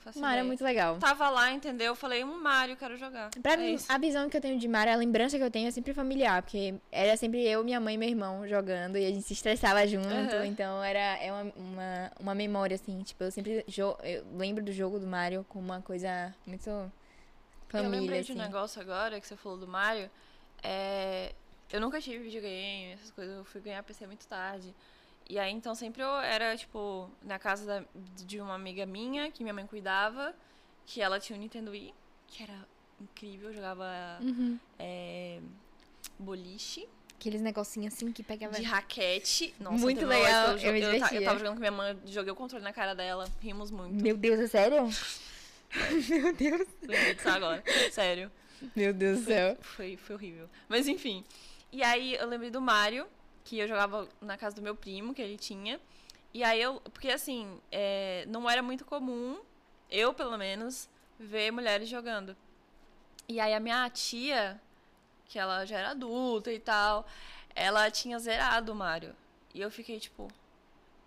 S1: faço
S2: Mario é
S1: ideia.
S2: muito legal.
S1: Tava lá, entendeu? Eu falei, um Mario, quero jogar.
S2: Pra
S1: É
S2: mim,
S1: isso.
S2: a visão que eu tenho de Mario, a lembrança que eu tenho é sempre familiar, porque era sempre eu, minha mãe e meu irmão jogando, e a gente se estressava junto,
S1: Aham.
S2: então era é uma, uma, uma memória, assim, tipo, eu sempre jo- eu lembro do jogo do Mario como uma coisa muito família,
S1: eu lembrei um
S2: assim.
S1: de um negócio agora que você falou do Mario. É, Eu nunca tive videogame, essas coisas. Eu fui ganhar PC muito tarde. E aí, então, sempre eu era, tipo, na casa da- de uma amiga minha, que minha mãe cuidava, que ela tinha um Nintendo Wii, que era incrível, eu jogava
S2: Uhum.
S1: é, boliche
S2: Aqueles negocinhos assim que pegava.
S1: de raquete. Nossa,
S2: Muito
S1: teve uma vez que
S2: legal,
S1: jo-
S2: eu me
S1: ta- eu
S2: divertia.
S1: tava jogando com minha mãe, joguei o controle na cara dela, rimos
S2: (laughs)
S1: muito.
S2: Meu Deus, é sério? Meu Deus.
S1: Lembrei disso agora, sério.
S2: Meu Deus do céu.
S1: Foi, foi horrível. Mas enfim. E aí eu lembrei do Mario, que eu jogava na casa do meu primo, que ele tinha. E aí eu. Porque assim, é, não era muito comum, eu pelo menos, ver mulheres jogando. E aí a minha tia, que ela já era adulta e tal, ela tinha zerado o Mario. E eu fiquei tipo.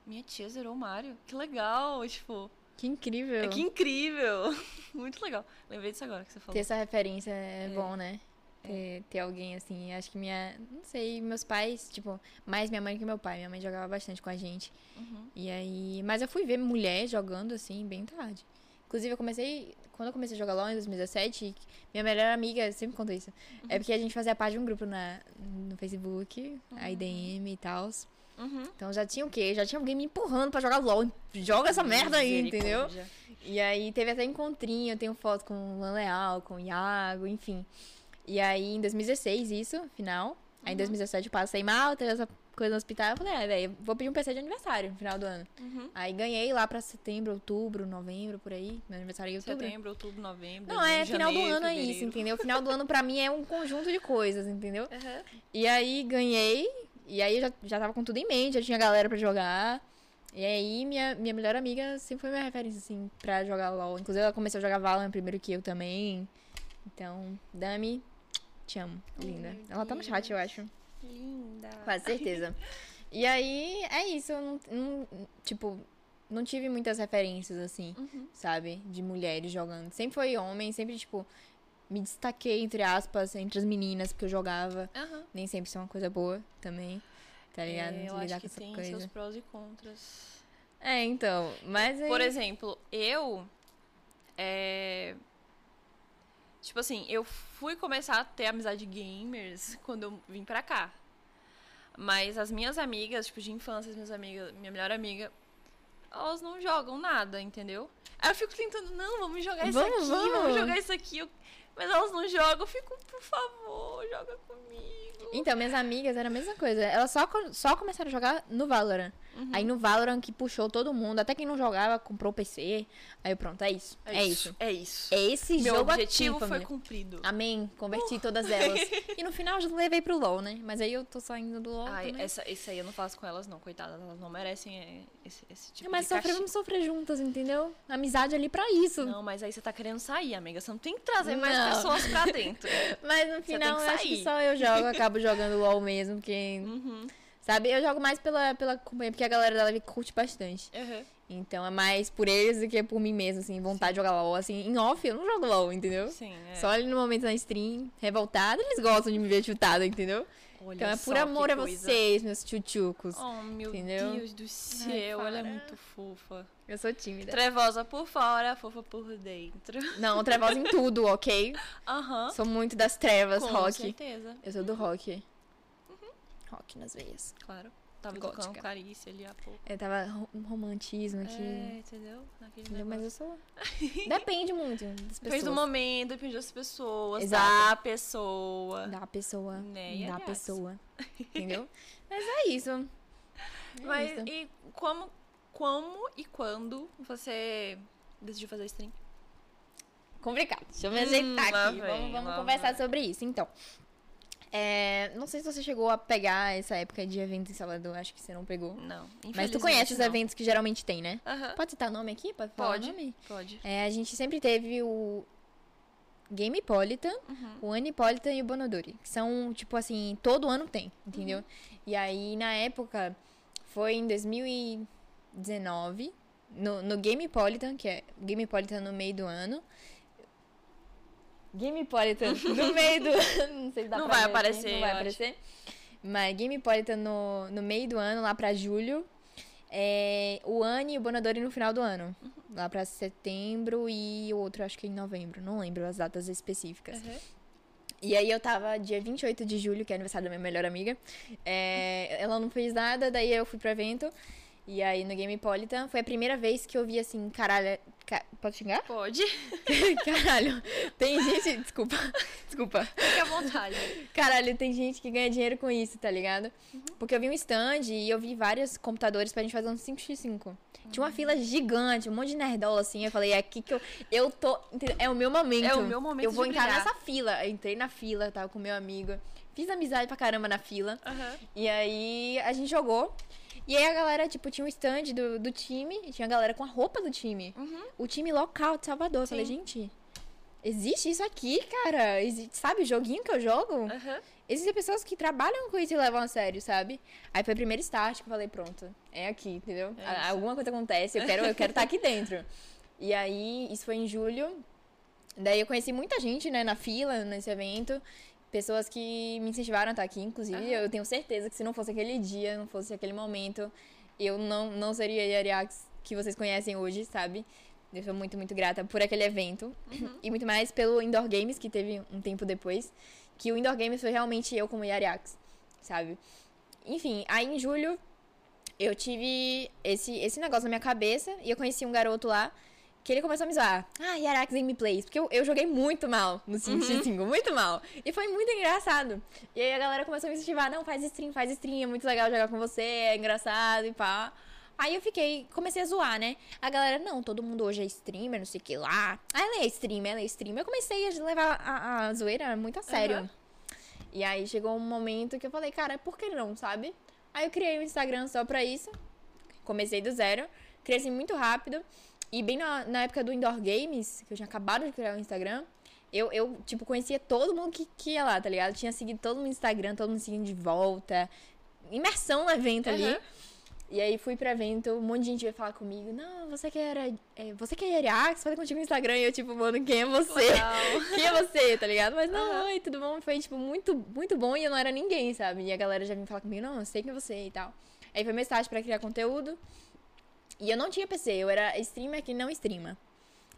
S1: Minha tia zerou o Mario? Que legal! Tipo,
S2: Que incrível.
S1: que incrível! (laughs) Muito legal. Lembrei disso agora que você falou.
S2: Ter essa referência é, bom, né? Ter, ter alguém assim. Acho que minha. Não sei, meus pais, tipo, mais minha mãe que meu pai. Minha mãe jogava bastante com a gente.
S1: Uhum.
S2: E aí. Mas eu fui ver mulher jogando assim, bem tarde. Inclusive, eu comecei. Quando eu comecei a jogar LOL em 2017, minha melhor amiga, eu sempre conto isso. É porque a gente fazia parte de um grupo na, no Facebook, a IDM e tal.
S1: Uhum.
S2: Então já tinha o quê? Já tinha alguém me empurrando pra jogar LOL. Joga essa merda aí, entendeu?
S1: Misericórdia.
S2: E aí teve até encontrinho, eu tenho foto com o Lan Leal, com o Iago, enfim. E aí em 2016, isso, final.
S1: Uhum.
S2: Aí em 2017 eu passei mal, teve essa coisa no hospital. Eu falei, ah, velho, vou pedir um PC de aniversário no final do ano.
S1: Uhum.
S2: Aí ganhei lá pra setembro, outubro, novembro, por aí. Meu aniversário é em outubro.
S1: Setembro, outubro, novembro.
S2: Não, é
S1: dezembro,
S2: final do
S1: janeiro,
S2: ano, é
S1: fevereiro.
S2: isso, então. entendeu? Final do ano pra mim é um conjunto de coisas, entendeu? E aí ganhei, e aí eu já, já tava com tudo em mente, já tinha galera pra jogar. E aí minha, minha melhor amiga sempre foi minha referência, assim, pra jogar LOL. Inclusive ela começou a jogar Valorant primeiro que eu também. Então, Dami, te amo, linda.
S1: meu
S2: Ela tá no chat, eu acho.
S1: Linda.
S2: Quase certeza. E aí, é isso, eu não, não- tipo, não tive muitas referências, assim,
S1: Uhum.
S2: sabe? De mulheres jogando. Sempre foi homem, sempre, tipo, me destaquei, entre aspas, entre as meninas, porque eu jogava.
S1: Aham.
S2: Nem sempre isso é uma coisa boa também. Tá ligado?
S1: Uhum. É, eu
S2: Lidar
S1: acho
S2: com
S1: que
S2: essa
S1: tem
S2: coisa.
S1: seus prós e contras.
S2: É, então. Mas aí.
S1: Por exemplo, eu. É... Tipo assim, eu fui começar a ter amizade gamers quando eu vim pra cá. Mas as minhas amigas, tipo, de infância, as minhas amigas, minha melhor amiga, elas não jogam nada, entendeu? Aí eu fico tentando, não, vamos jogar isso
S2: Vamos,
S1: aqui, vamos,
S2: vamos.
S1: jogar isso aqui. Eu- Mas elas não jogam, eu fico, por favor, joga comigo.
S2: Então, minhas amigas era a mesma coisa. Elas só, co- só começaram a jogar no Valorant.
S1: Uhum.
S2: Aí no Valorant que puxou todo mundo, até quem não jogava, comprou o PC. Aí pronto, é isso. É, isso.
S1: É isso.
S2: É esse
S1: Meu
S2: jogo né?
S1: objetivo
S2: aqui,
S1: foi Uh.
S2: família.
S1: cumprido.
S2: Amém. Converti todas elas.
S1: (laughs)
S2: E no final eu já levei pro LOL, né? Mas aí eu tô saindo do LOL.
S1: Ai,
S2: também.
S1: essa, esse aí eu não faço com elas, não, coitadas. Elas não merecem é, esse, esse tipo
S2: Mas
S1: de
S2: sofrer,
S1: castigo.
S2: vamos sofrer juntas, entendeu? Amizade ali pra isso.
S1: Não, mas aí você tá querendo sair, amiga. Você não tem que trazer mais
S2: Não.
S1: pessoas pra
S2: (laughs)
S1: dentro.
S2: (laughs) Mas no
S1: tem
S2: final
S1: que
S2: eu acho
S1: sair.
S2: que só eu jogo, acabo jogando
S1: (laughs)
S2: LOL mesmo, porque
S1: Uhum.
S2: Sabe? Eu jogo mais pela, pela companhia, porque a galera da live curte bastante.
S1: Uhum.
S2: Então é mais por eles do que por mim mesma, assim, vontade de jogar LOL. Assim, em off eu não jogo LOL, entendeu?
S1: Sim, é.
S2: Só ali no momento na stream, revoltada, eles gostam de me ver chutada, entendeu?
S1: Olha
S2: então é
S1: só
S2: por
S1: que
S2: amor a
S1: coisa.
S2: vocês, meus tchuchucos.
S1: Oh, meu
S2: Entendeu?
S1: Deus do céu, ela é
S2: para.
S1: muito fofa.
S2: Eu sou tímida.
S1: Trevosa por fora, fofa por dentro. (laughs)
S2: Não, trevosa em tudo, ok?
S1: Aham.
S2: Sou muito das trevas,
S1: Com
S2: rock.
S1: certeza,
S2: Eu sou do rock.
S1: Uhum.
S2: Rock nas veias.
S1: claro. Tava
S2: Gótica.
S1: tocando Clarice ali há pouco.
S2: Eu tava ro- um romantismo aqui.
S1: É, entendeu? Naquele
S2: entendeu? Mas
S1: negócio.
S2: eu sou. (laughs) Depende muito das pessoas.
S1: Depende do momento, depende das pessoas, da
S2: Exato.
S1: pessoa.
S2: Da pessoa.
S1: Né? E
S2: Da
S1: aliás.
S2: pessoa.
S1: (laughs)
S2: Entendeu? Mas é isso. É
S1: Mas
S2: isso.
S1: e como, como e quando você decidiu fazer stream?
S2: Complicado. Deixa eu me
S1: Hum,
S2: ajeitar
S1: lá
S2: aqui.
S1: vem,
S2: vamos vamos
S1: lá
S2: conversar
S1: vem.
S2: sobre isso. Então. é, não sei se você chegou a pegar essa época de eventos em Salvador. Acho que você não pegou.
S1: Não.
S2: Mas tu
S1: infelizmente,
S2: conhece os
S1: não.
S2: eventos que geralmente tem, né?
S1: Aham,
S2: Pode citar nome aqui? Pode falar
S1: Pode.
S2: nome?
S1: pode.
S2: É, a gente sempre teve o Gamepolitan,
S1: Uhum.
S2: o Anipolitan e o Bonodori. Que são, tipo assim, todo ano tem, entendeu?
S1: Uhum.
S2: E aí, na época, foi em 2019, no, no Gamepolitan, que é Gamepolitan no meio do ano.
S1: (laughs)
S2: Gamepolitan no meio do ano. (laughs) Não sei se dá
S1: Não vai
S2: pra ver aqui,
S1: aparecer,
S2: Não
S1: eu
S2: vai
S1: acho.
S2: aparecer. Mas Gamepolitan no, no meio do ano, lá pra julho. É, o Anne e o Bonadori no final do ano. Lá pra
S1: É.
S2: setembro e o outro, acho que em novembro. Não lembro as datas específicas.
S1: Aham.
S2: E aí eu tava dia 28 de julho, que é aniversário da minha melhor amiga. É, ela não fez nada, daí eu fui pro evento. E aí no Gamepolitan foi a primeira vez que eu vi assim, caralho. ca- Pode
S1: (laughs)
S2: xingar? (laughs)
S1: Pode,
S2: Caralho. Tem gente. Desculpa. (laughs) Desculpa.
S1: fique à vontade.
S2: Caralho, tem gente que ganha dinheiro com isso, tá ligado?
S1: Uhum.
S2: Porque eu vi um stand e eu vi vários computadores pra gente fazer um 5x5. Tinha
S1: Uhum.
S2: uma fila gigante, um monte de nerdola assim. Eu falei, é aqui que eu. Eu tô. entendeu? É o meu momento.
S1: É o meu momento
S2: Eu vou
S1: de
S2: entrar
S1: brilhar.
S2: nessa fila. Eu entrei na fila, tava com meu amigo. Fiz amizade pra caramba na fila.
S1: Aham.
S2: E aí a gente jogou. E aí a galera, tipo, tinha um stand do, do time, e tinha a galera com a roupa do time. O time local de Salvador. Eu falei,
S1: Uhum. Sim.
S2: gente, existe isso aqui, cara? Existe, sabe, o joguinho que eu jogo?
S1: Aham.
S2: Existem pessoas que trabalham com isso e levam a sério, sabe? Aí foi o primeiro start que eu falei, pronto, é aqui, entendeu?
S1: É
S2: A-
S1: isso.
S2: Alguma coisa acontece, eu quero eu
S1: (laughs)
S2: quero estar aqui dentro. E aí, isso foi em julho. Daí eu conheci muita gente, né, na fila, nesse evento. Pessoas que me incentivaram a estar aqui, inclusive.
S1: Aham.
S2: Eu tenho certeza que se não fosse aquele dia, não fosse aquele momento, eu não, não seria a Yariax que vocês conhecem hoje, sabe? Eu sou muito, muito grata por aquele evento.
S1: Uhum.
S2: E muito mais pelo Indoor Games, que teve um tempo depois. Que o Indoor Games foi realmente eu como Yariax, sabe? Enfim, aí em julho eu tive esse, esse negócio na minha cabeça e eu conheci um garoto lá que ele começou a me zoar. Ah, Yarax Gameplays. Porque eu, eu joguei muito mal no 5x5, muito mal. E foi muito engraçado. E aí a galera começou a me incentivar. Não, faz stream, faz stream, é muito legal jogar com você, é engraçado e pá. Aí eu fiquei, comecei a zoar, né? A galera, não, todo mundo hoje é streamer, não sei o que lá. Ah, ela é streamer, ela é streamer. Eu comecei a levar a, a zoeira muito a sério.
S1: Aham.
S2: E aí chegou um momento que eu falei, cara, por que não, sabe? Aí eu criei um Instagram só pra isso. Comecei do zero. Cresci muito rápido. E bem na, na época do Indoor Games, que eu tinha acabado de criar o Instagram, eu, eu, tipo, conhecia todo mundo que, que ia lá, tá ligado? Tinha seguido todo mundo no Instagram, todo mundo seguindo de volta. Imersão no evento ali.
S1: Aham.
S2: E aí fui pro evento, um monte de gente veio falar comigo. Não, você que era. É, você que é Ariax, fala contigo no Instagram. E eu, tipo, mano, quem é você?
S1: (laughs)
S2: (laughs)
S1: Legal.
S2: quem é você, tá ligado? Mas não,
S1: Aham.
S2: oi, tudo bom? Foi, tipo, muito, muito bom e eu não era ninguém, sabe? E a galera já vinha falar comigo, não, eu sei quem é você e tal. Aí foi meu estágio pra criar conteúdo. E eu não tinha PC, eu era streamer que não streama.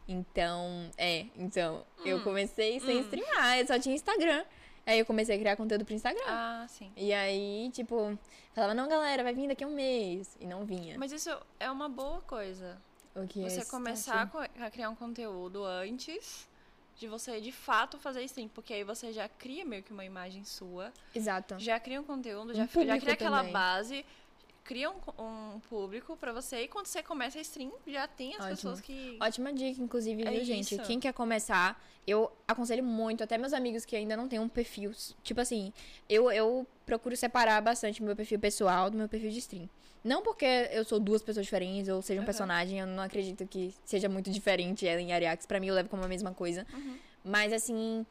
S2: Então, é, então, eu
S1: Hum.
S2: comecei sem streamar, eu só tinha Instagram. Aí eu comecei a criar conteúdo pro Instagram.
S1: Ah, sim.
S2: E aí, tipo, falava, não, galera, vai vir daqui a um mês. E não vinha.
S1: Mas isso é uma boa coisa.
S2: O que é
S1: Você
S2: esse
S1: começar co- a criar um conteúdo antes de você de fato fazer stream, porque aí você já cria meio que uma imagem sua,
S2: estágio. Exato.
S1: já cria um conteúdo,
S2: Um
S1: já, já
S2: público
S1: cria aquela
S2: também.
S1: base, cria um, co- um público pra você e quando você começa a stream, já tem as
S2: Ótimo.
S1: pessoas que
S2: Ótima dica, inclusive,
S1: É
S2: viu, gente?
S1: isso.
S2: Quem quer começar, eu aconselho muito, até meus amigos que ainda não têm um perfil. s- Tipo assim, eu, eu procuro separar bastante meu perfil pessoal do meu perfil de stream. Não porque eu sou duas pessoas diferentes ou seja um
S1: Aham.
S2: personagem, eu não acredito que seja muito diferente ela em Ariax. Pra mim, eu levo como a mesma coisa. Mas assim,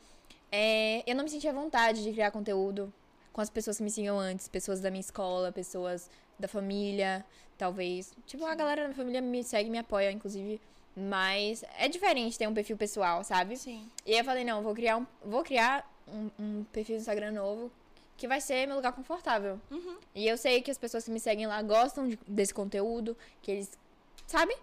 S2: é, eu não me sentia à vontade de criar conteúdo com as pessoas que me seguiam antes, pessoas da minha escola, pessoas da família, talvez. Tipo, a galera da minha família me segue, me apoia, inclusive. Mas é diferente ter um perfil pessoal, sabe?
S1: sim.
S2: E aí eu falei, não, vou criar um, vou criar um, um perfil do Instagram novo que vai ser meu lugar confortável. E eu sei que as pessoas que me seguem lá gostam de- desse conteúdo, que eles, sabe?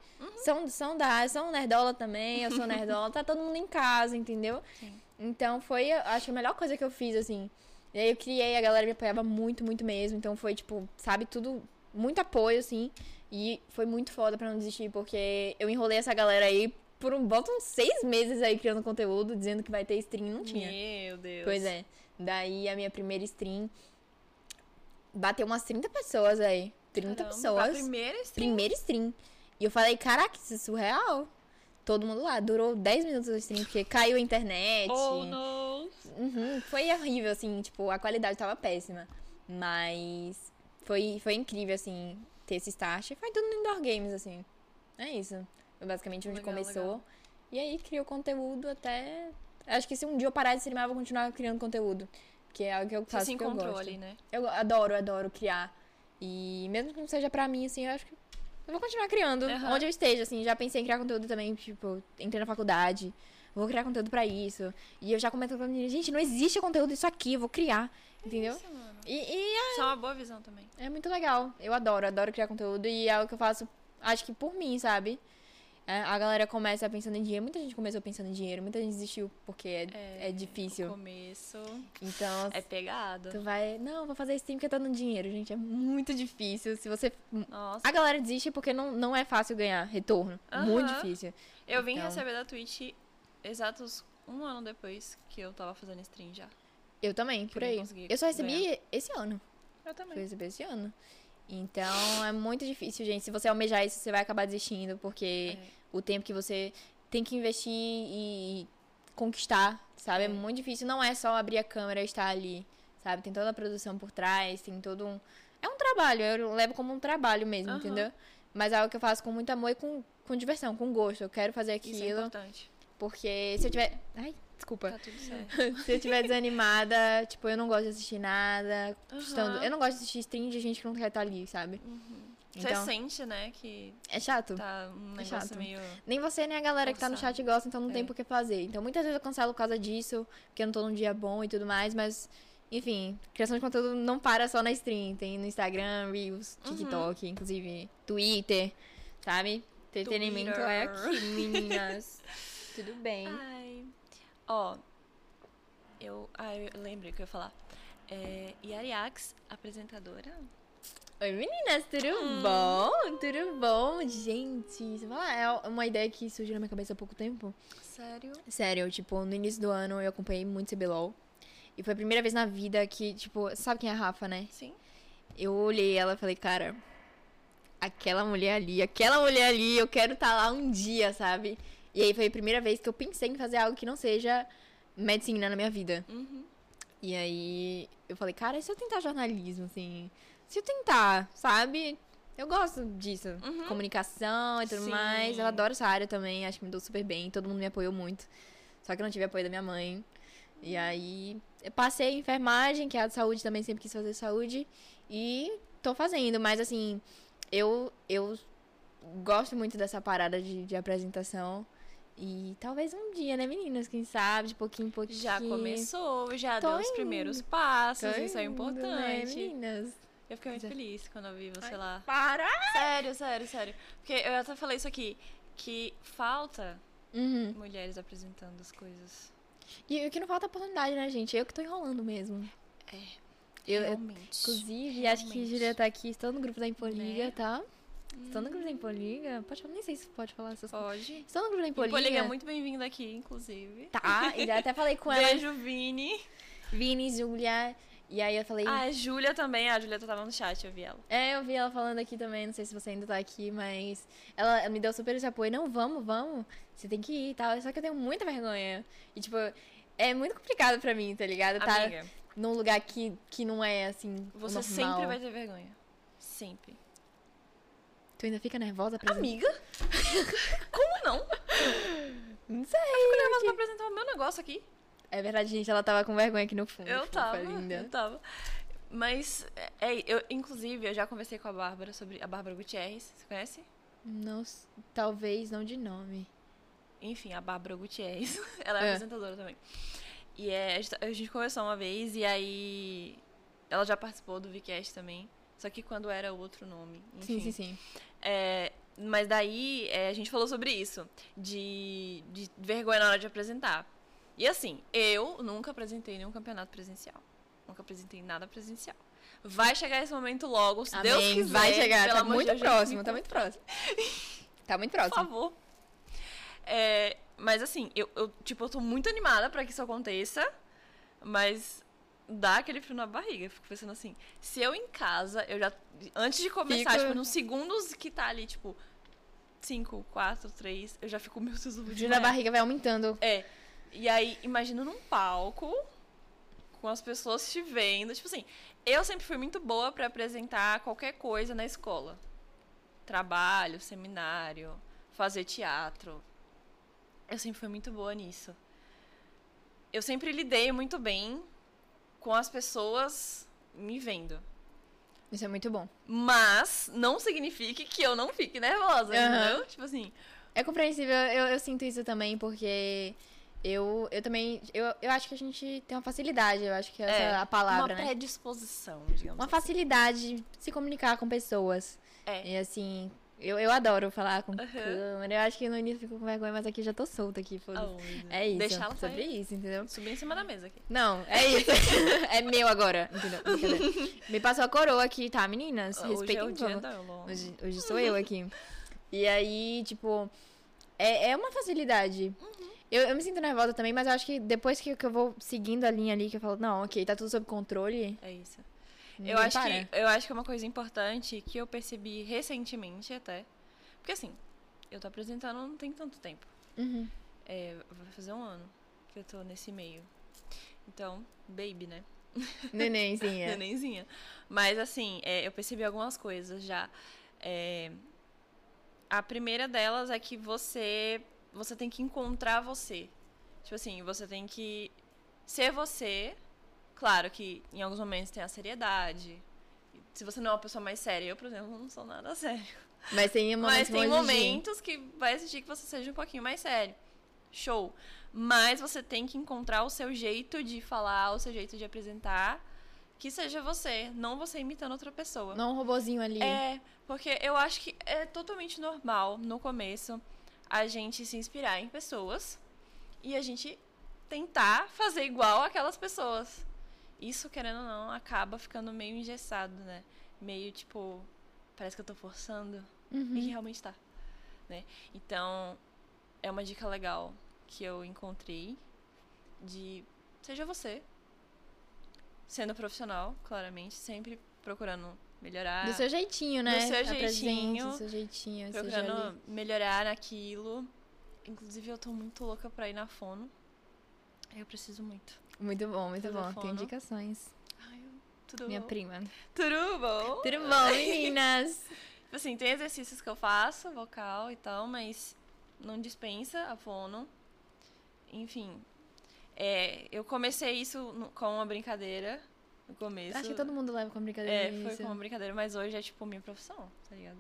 S2: São, são da área, são nerdola também, eu sou nerdola, tá todo mundo em casa, entendeu?
S1: Sim.
S2: Então foi, eu acho, a melhor coisa que eu fiz, assim. E aí eu criei, a galera me apoiava muito, muito mesmo. Então foi, tipo, sabe, tudo, muito apoio, assim. E foi muito foda pra não desistir, porque eu enrolei essa galera aí por um bota uns seis meses aí criando conteúdo, dizendo que vai ter stream, não tinha.
S1: Meu Deus.
S2: Pois é. Daí a minha primeira stream bateu umas 30 pessoas aí. 30
S1: Caramba, tá
S2: pessoas.
S1: A primeira stream.
S2: Primeira stream. E eu falei, caraca, isso é surreal. Todo mundo lá. Durou 10 minutos a stream, porque caiu a internet.
S1: Oh, não.
S2: Uhum, foi horrível, assim, tipo, a qualidade tava péssima. Mas foi, foi incrível, assim, ter esse start. Foi tudo no Indoor Games, assim. É isso. Foi basicamente onde
S1: Legal,
S2: começou.
S1: legal.
S2: E aí criou conteúdo até. Acho que se um dia eu parar de streamar, eu vou continuar criando conteúdo. Que é algo que eu
S1: Você
S2: faço
S1: se
S2: que eu
S1: encontrou
S2: gosto.
S1: ali, né?
S2: Eu adoro, adoro criar. E mesmo que não seja pra mim, assim, eu acho que eu vou continuar criando
S1: Aham.
S2: onde eu esteja, assim. Já pensei em criar conteúdo também, tipo, entrei na faculdade, vou criar conteúdo pra isso. E eu já comento com a menina, gente, não existe conteúdo isso aqui, eu vou criar, entendeu?
S1: Isso, mano.
S2: E, e
S1: Isso é uma boa visão também.
S2: é, é muito legal. Eu adoro, adoro criar conteúdo e é algo que eu faço, acho que por mim, sabe? É, A galera começa pensando em dinheiro, muita gente começou pensando em dinheiro, muita gente desistiu porque é, é
S1: O
S2: difícil.
S1: começo
S2: Então,
S1: é pegado.
S2: tu vai, não, vou fazer stream porque tá dando dinheiro, gente, é muito difícil. Se você
S1: Nossa.
S2: A galera desiste porque não, não é fácil ganhar retorno.
S1: Aham.
S2: Muito difícil.
S1: Eu vim
S2: Então.
S1: receber da Twitch exatos um ano depois que eu tava fazendo stream já.
S2: Eu também, por
S1: eu não
S2: aí.
S1: consegui
S2: Eu só recebi
S1: ganhar.
S2: esse ano.
S1: Eu
S2: Eu
S1: também.
S2: recebi esse ano. Então é muito difícil, gente. Se você almejar isso, você vai acabar desistindo, porque
S1: É.
S2: o tempo que você tem que investir e conquistar, sabe? É.
S1: É.
S2: muito difícil. Não é só abrir a câmera e estar ali, sabe? Tem toda a produção por trás, tem todo um. É um trabalho, eu levo como um trabalho mesmo,
S1: Aham.
S2: entendeu? Mas é algo que eu faço com muito amor e com, com diversão, com gosto. Eu quero fazer
S1: Isso é
S2: aquilo.
S1: importante.
S2: Porque se eu tiver. Ai, desculpa.
S1: Tá tudo certo.
S2: se eu tiver desanimada, tipo, eu não gosto de assistir nada. estando-
S1: Aham. Uhum.
S2: Eu não gosto de assistir stream de gente que não quer estar ali, sabe?
S1: Você
S2: Então,
S1: sente, né, que
S2: é chato.
S1: tá um
S2: É
S1: negócio
S2: chato.
S1: meio...
S2: Nem você, nem a galera que tá no
S1: Forçado.
S2: chat gosta, então não tem
S1: É.
S2: por que fazer. Então muitas vezes eu cancelo por causa disso, porque eu não tô num dia bom e tudo mais, mas. Enfim, criação de conteúdo não para só na stream. Tem no Instagram, Reels,
S1: Uhum.
S2: TikTok, inclusive Twitter, sabe? Entretenimento é
S1: Twitter. Ah,
S2: aqui,
S1: (laughs)
S2: meninas. tudo bem.
S1: Ai. Ó, eu, ai, eu lembrei o que eu ia falar. É, Yariax, apresentadora.
S2: Oi meninas, tudo bom? Tudo bom, gente? Você fala, é uma ideia que surgiu na minha cabeça há pouco tempo.
S1: Sério?
S2: Sério, tipo, no início do ano eu acompanhei muito CBLOL. E foi a primeira vez na vida que, tipo, sabe quem é a Rafa, né?
S1: Sim.
S2: Eu olhei ela e falei, cara, aquela mulher ali, aquela mulher ali, eu quero estar lá um dia, sabe? E aí foi a primeira vez que eu pensei em fazer algo que não seja medicina na minha vida.
S1: Uhum.
S2: E aí eu falei, cara, e se eu tentar jornalismo, assim? Se eu tentar, sabe? Eu gosto disso.
S1: Uhum.
S2: Comunicação e tudo
S1: Sim.
S2: mais. Eu adoro essa área também, acho que me deu super bem, todo mundo me apoiou muito. Só que eu não tive apoio da minha mãe. E
S1: Uhum.
S2: aí eu passei em enfermagem, que é a de saúde também, sempre quis fazer saúde. E tô fazendo, mas assim, eu, eu gosto muito dessa parada de, de apresentação. E talvez um dia, né, meninas? Quem sabe, de pouquinho em pouquinho.
S1: Já começou, já
S2: Tô
S1: deu os
S2: indo.
S1: primeiros passos,
S2: Tô
S1: isso é
S2: indo, Né,
S1: importante.
S2: meninas?
S1: eu fiquei muito
S2: Pois é.
S1: feliz quando eu vi você
S2: Ai.
S1: lá.
S2: Para!
S1: Sério, sério, sério. Porque eu até falei isso aqui, que falta
S2: Uhum.
S1: mulheres apresentando as coisas.
S2: E o que não falta é oportunidade, né, gente? Eu que tô enrolando mesmo.
S1: É.
S2: Eu, eu-
S1: Realmente.
S2: inclusive, acho que a
S1: realmente.
S2: Julia tá aqui, estou no grupo da Impoliga,
S1: Né?
S2: tá? Estou no grupo da Impoliga. Pode falar, nem sei se pode falar essas coisas.
S1: Pode.
S2: Estou no grupo da Impoliga.
S1: Poliga é muito bem-vinda aqui, inclusive.
S2: Tá, (laughs) e já até falei com ela,
S1: Beijo, Vini.
S2: Vini, Julia. E aí eu falei.
S1: Ah, a Júlia também. A Júlia tava no chat, eu vi ela.
S2: É, eu vi ela falando aqui também, não sei se você ainda tá aqui, mas ela me deu super esse apoio. Não, vamos, vamos, você tem que ir e tal. Só que eu tenho muita vergonha. E, tipo, é muito complicado pra mim, tá ligado? Tá
S1: Amiga,
S2: num lugar que, que não é assim. o
S1: você
S2: normal.
S1: sempre vai ter vergonha. Sempre.
S2: Tu ainda fica nervosa pra
S1: Amiga? Como não?
S2: Não sei.
S1: Mas pra apresentar o meu negócio aqui.
S2: É verdade, gente, ela tava com vergonha aqui no fundo.
S1: Eu
S2: fofa,
S1: tava.
S2: linda.
S1: Eu tava. Mas, é, é, eu, inclusive, eu já conversei com a Bárbara sobre. A Bárbara Gutierrez, você conhece?
S2: Não, s- talvez não de nome.
S1: Enfim, a Bárbara Gutierrez. (laughs) Ela é,
S2: É.
S1: apresentadora também. E é, a gente- a gente conversou uma vez e aí. Ela já participou do VCast também. Só que quando era outro nome.
S2: Sim,
S1: enfim.
S2: sim, sim.
S1: É, mas daí é, a gente falou sobre isso, de, de vergonha na hora de apresentar. E assim, eu nunca apresentei nenhum campeonato presencial. Nunca apresentei nada presencial. Vai chegar esse momento logo, se Deus
S2: Amém,
S1: quiser.
S2: vai chegar,
S1: pelo
S2: tá
S1: amor de
S2: muito
S1: Deus, gente,
S2: próximo,
S1: me
S2: tá muito próximo. Tá muito próximo.
S1: por favor. É, mas assim, eu, eu, tipo, eu tô muito animada pra que isso aconteça, mas dá aquele frio na barriga. Eu fico pensando assim, se eu em casa, eu já. Antes de começar,
S2: Fica-
S1: tipo, nos segundos que tá ali, tipo, 5, 4, 3, eu já fico, meu Deus, eu vou
S2: O frio na
S1: desmaiar.
S2: barriga vai aumentando.
S1: É. E aí, imagina num palco com as pessoas te vendo. Tipo assim, eu sempre fui muito boa pra apresentar qualquer coisa na escola. Trabalho, seminário, fazer teatro. Eu sempre fui muito boa nisso. Eu sempre lidei muito bem com as pessoas me vendo.
S2: Isso é muito bom.
S1: Mas não significa que eu não fique nervosa,
S2: Aham.
S1: entendeu? Tipo assim,
S2: É compreensível, eu, eu sinto isso também, porque eu, eu também. Eu, eu acho que a gente tem uma facilidade, eu acho que essa é
S1: É,
S2: a palavra,
S1: uma
S2: né?
S1: predisposição, digamos assim.
S2: Uma facilidade de se comunicar com pessoas.
S1: É.
S2: E assim, Eu, eu adoro falar com
S1: Aham.
S2: câmera. Eu acho que no início eu fico com vergonha, mas aqui eu já tô solta aqui, foda-se. É isso.
S1: Deixar ela
S2: sobre
S1: sair.
S2: isso, entendeu?
S1: Subir em cima da mesa aqui.
S2: Não, é isso. (laughs) é meu agora. Entendeu? Brincadeira.
S1: (laughs)
S2: Me passou a coroa aqui, tá, meninas?
S1: Hoje é
S2: Respeitem
S1: o dia
S2: vamos.
S1: da Elon.
S2: Hoje, hoje sou eu aqui. E aí, tipo, é, é uma facilidade.
S1: Uhum.
S2: Eu, eu me sinto nervosa também, mas eu acho que depois que, que eu vou seguindo a linha ali, que eu falo, não, ok, tá tudo sob controle.
S1: É isso.
S2: ninguém
S1: Eu acho,
S2: para.
S1: que, eu acho que é uma coisa importante que eu percebi recentemente até. Porque assim, eu tô apresentando não tem tanto tempo.
S2: Uhum.
S1: É, vai fazer um ano que eu tô nesse meio. Então, baby, né?
S2: (laughs) Neném,
S1: (laughs)
S2: sim, é.
S1: nenenzinha. Mas assim, é, eu percebi algumas coisas já. É, a primeira delas é que você você tem que encontrar você. Tipo assim, você tem que ser você. Claro que em alguns momentos tem a seriedade. Se você não é uma pessoa mais séria, eu, por exemplo, não sou nada (laughs) séria.
S2: Mas tem
S1: Mas
S2: momentos
S1: tem
S2: bons de gente.
S1: momentos que vai exigir que você seja um pouquinho mais sério. Show. Mas você tem que encontrar o seu jeito de falar, o seu jeito de apresentar, que seja você, não você imitando outra pessoa.
S2: Não um robozinho ali.
S1: É, porque eu acho que é totalmente normal no começo a gente se inspirar em pessoas e a gente tentar fazer igual aquelas pessoas. Isso, querendo ou não, acaba ficando meio engessado, né? Meio tipo, parece que eu tô forçando. E realmente tá. Né? Então, é uma dica legal que eu encontrei de seja você. Sendo profissional, claramente, sempre procurando melhorar.
S2: Do seu jeitinho, né?
S1: Do seu
S2: Apresente,
S1: jeitinho.
S2: Do seu jeitinho. seja ali.
S1: procurando melhorar aquilo. Inclusive, eu tô muito louca pra ir na fono. Eu preciso muito.
S2: Muito bom, muito
S1: Fazer
S2: bom.
S1: fono.
S2: Tem indicações.
S1: Ai, eu- tudo
S2: Minha
S1: bom?
S2: prima.
S1: Tudo bom?
S2: Tudo bom, meninas?
S1: Tipo assim, tem exercícios que eu faço, vocal e tal, mas não dispensa a fono. Enfim, é, eu comecei isso no- com uma brincadeira no começo.
S2: Acho que todo mundo leva com brincadeira
S1: É, foi
S2: isso.
S1: com uma brincadeira, mas hoje é tipo minha profissão, tá ligado?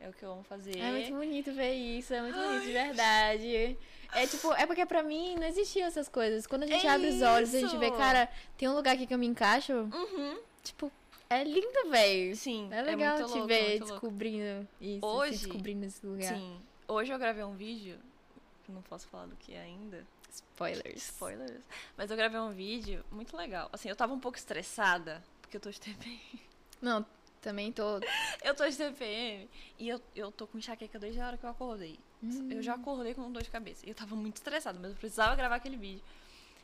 S1: É o que eu amo fazer.
S2: É muito bonito ver isso, é muito bonito, de verdade. É tipo, é porque pra mim não existiam essas coisas. Quando a gente
S1: É
S2: abre os olhos e a gente
S1: isso!
S2: vê, cara, tem um lugar aqui que eu me encaixo,
S1: Uhum.
S2: tipo, é lindo, velho.
S1: Sim,
S2: É legal
S1: muito
S2: te
S1: louco,
S2: ver
S1: muito louco.
S2: descobrindo isso,
S1: Hoje-
S2: se descobrindo esse lugar.
S1: Sim. Hoje eu gravei um vídeo, que não posso falar do que é ainda.
S2: Spoilers.
S1: Spoilers. Mas eu gravei um vídeo muito legal. Assim, eu tava um pouco estressada, porque eu tô de TPM.
S2: Não, também tô.
S1: Eu tô de TPM e eu, eu tô com enxaqueca desde a hora que eu acordei. Eu já acordei com dor de cabeça. Eu tava muito estressada, mas eu precisava gravar aquele vídeo.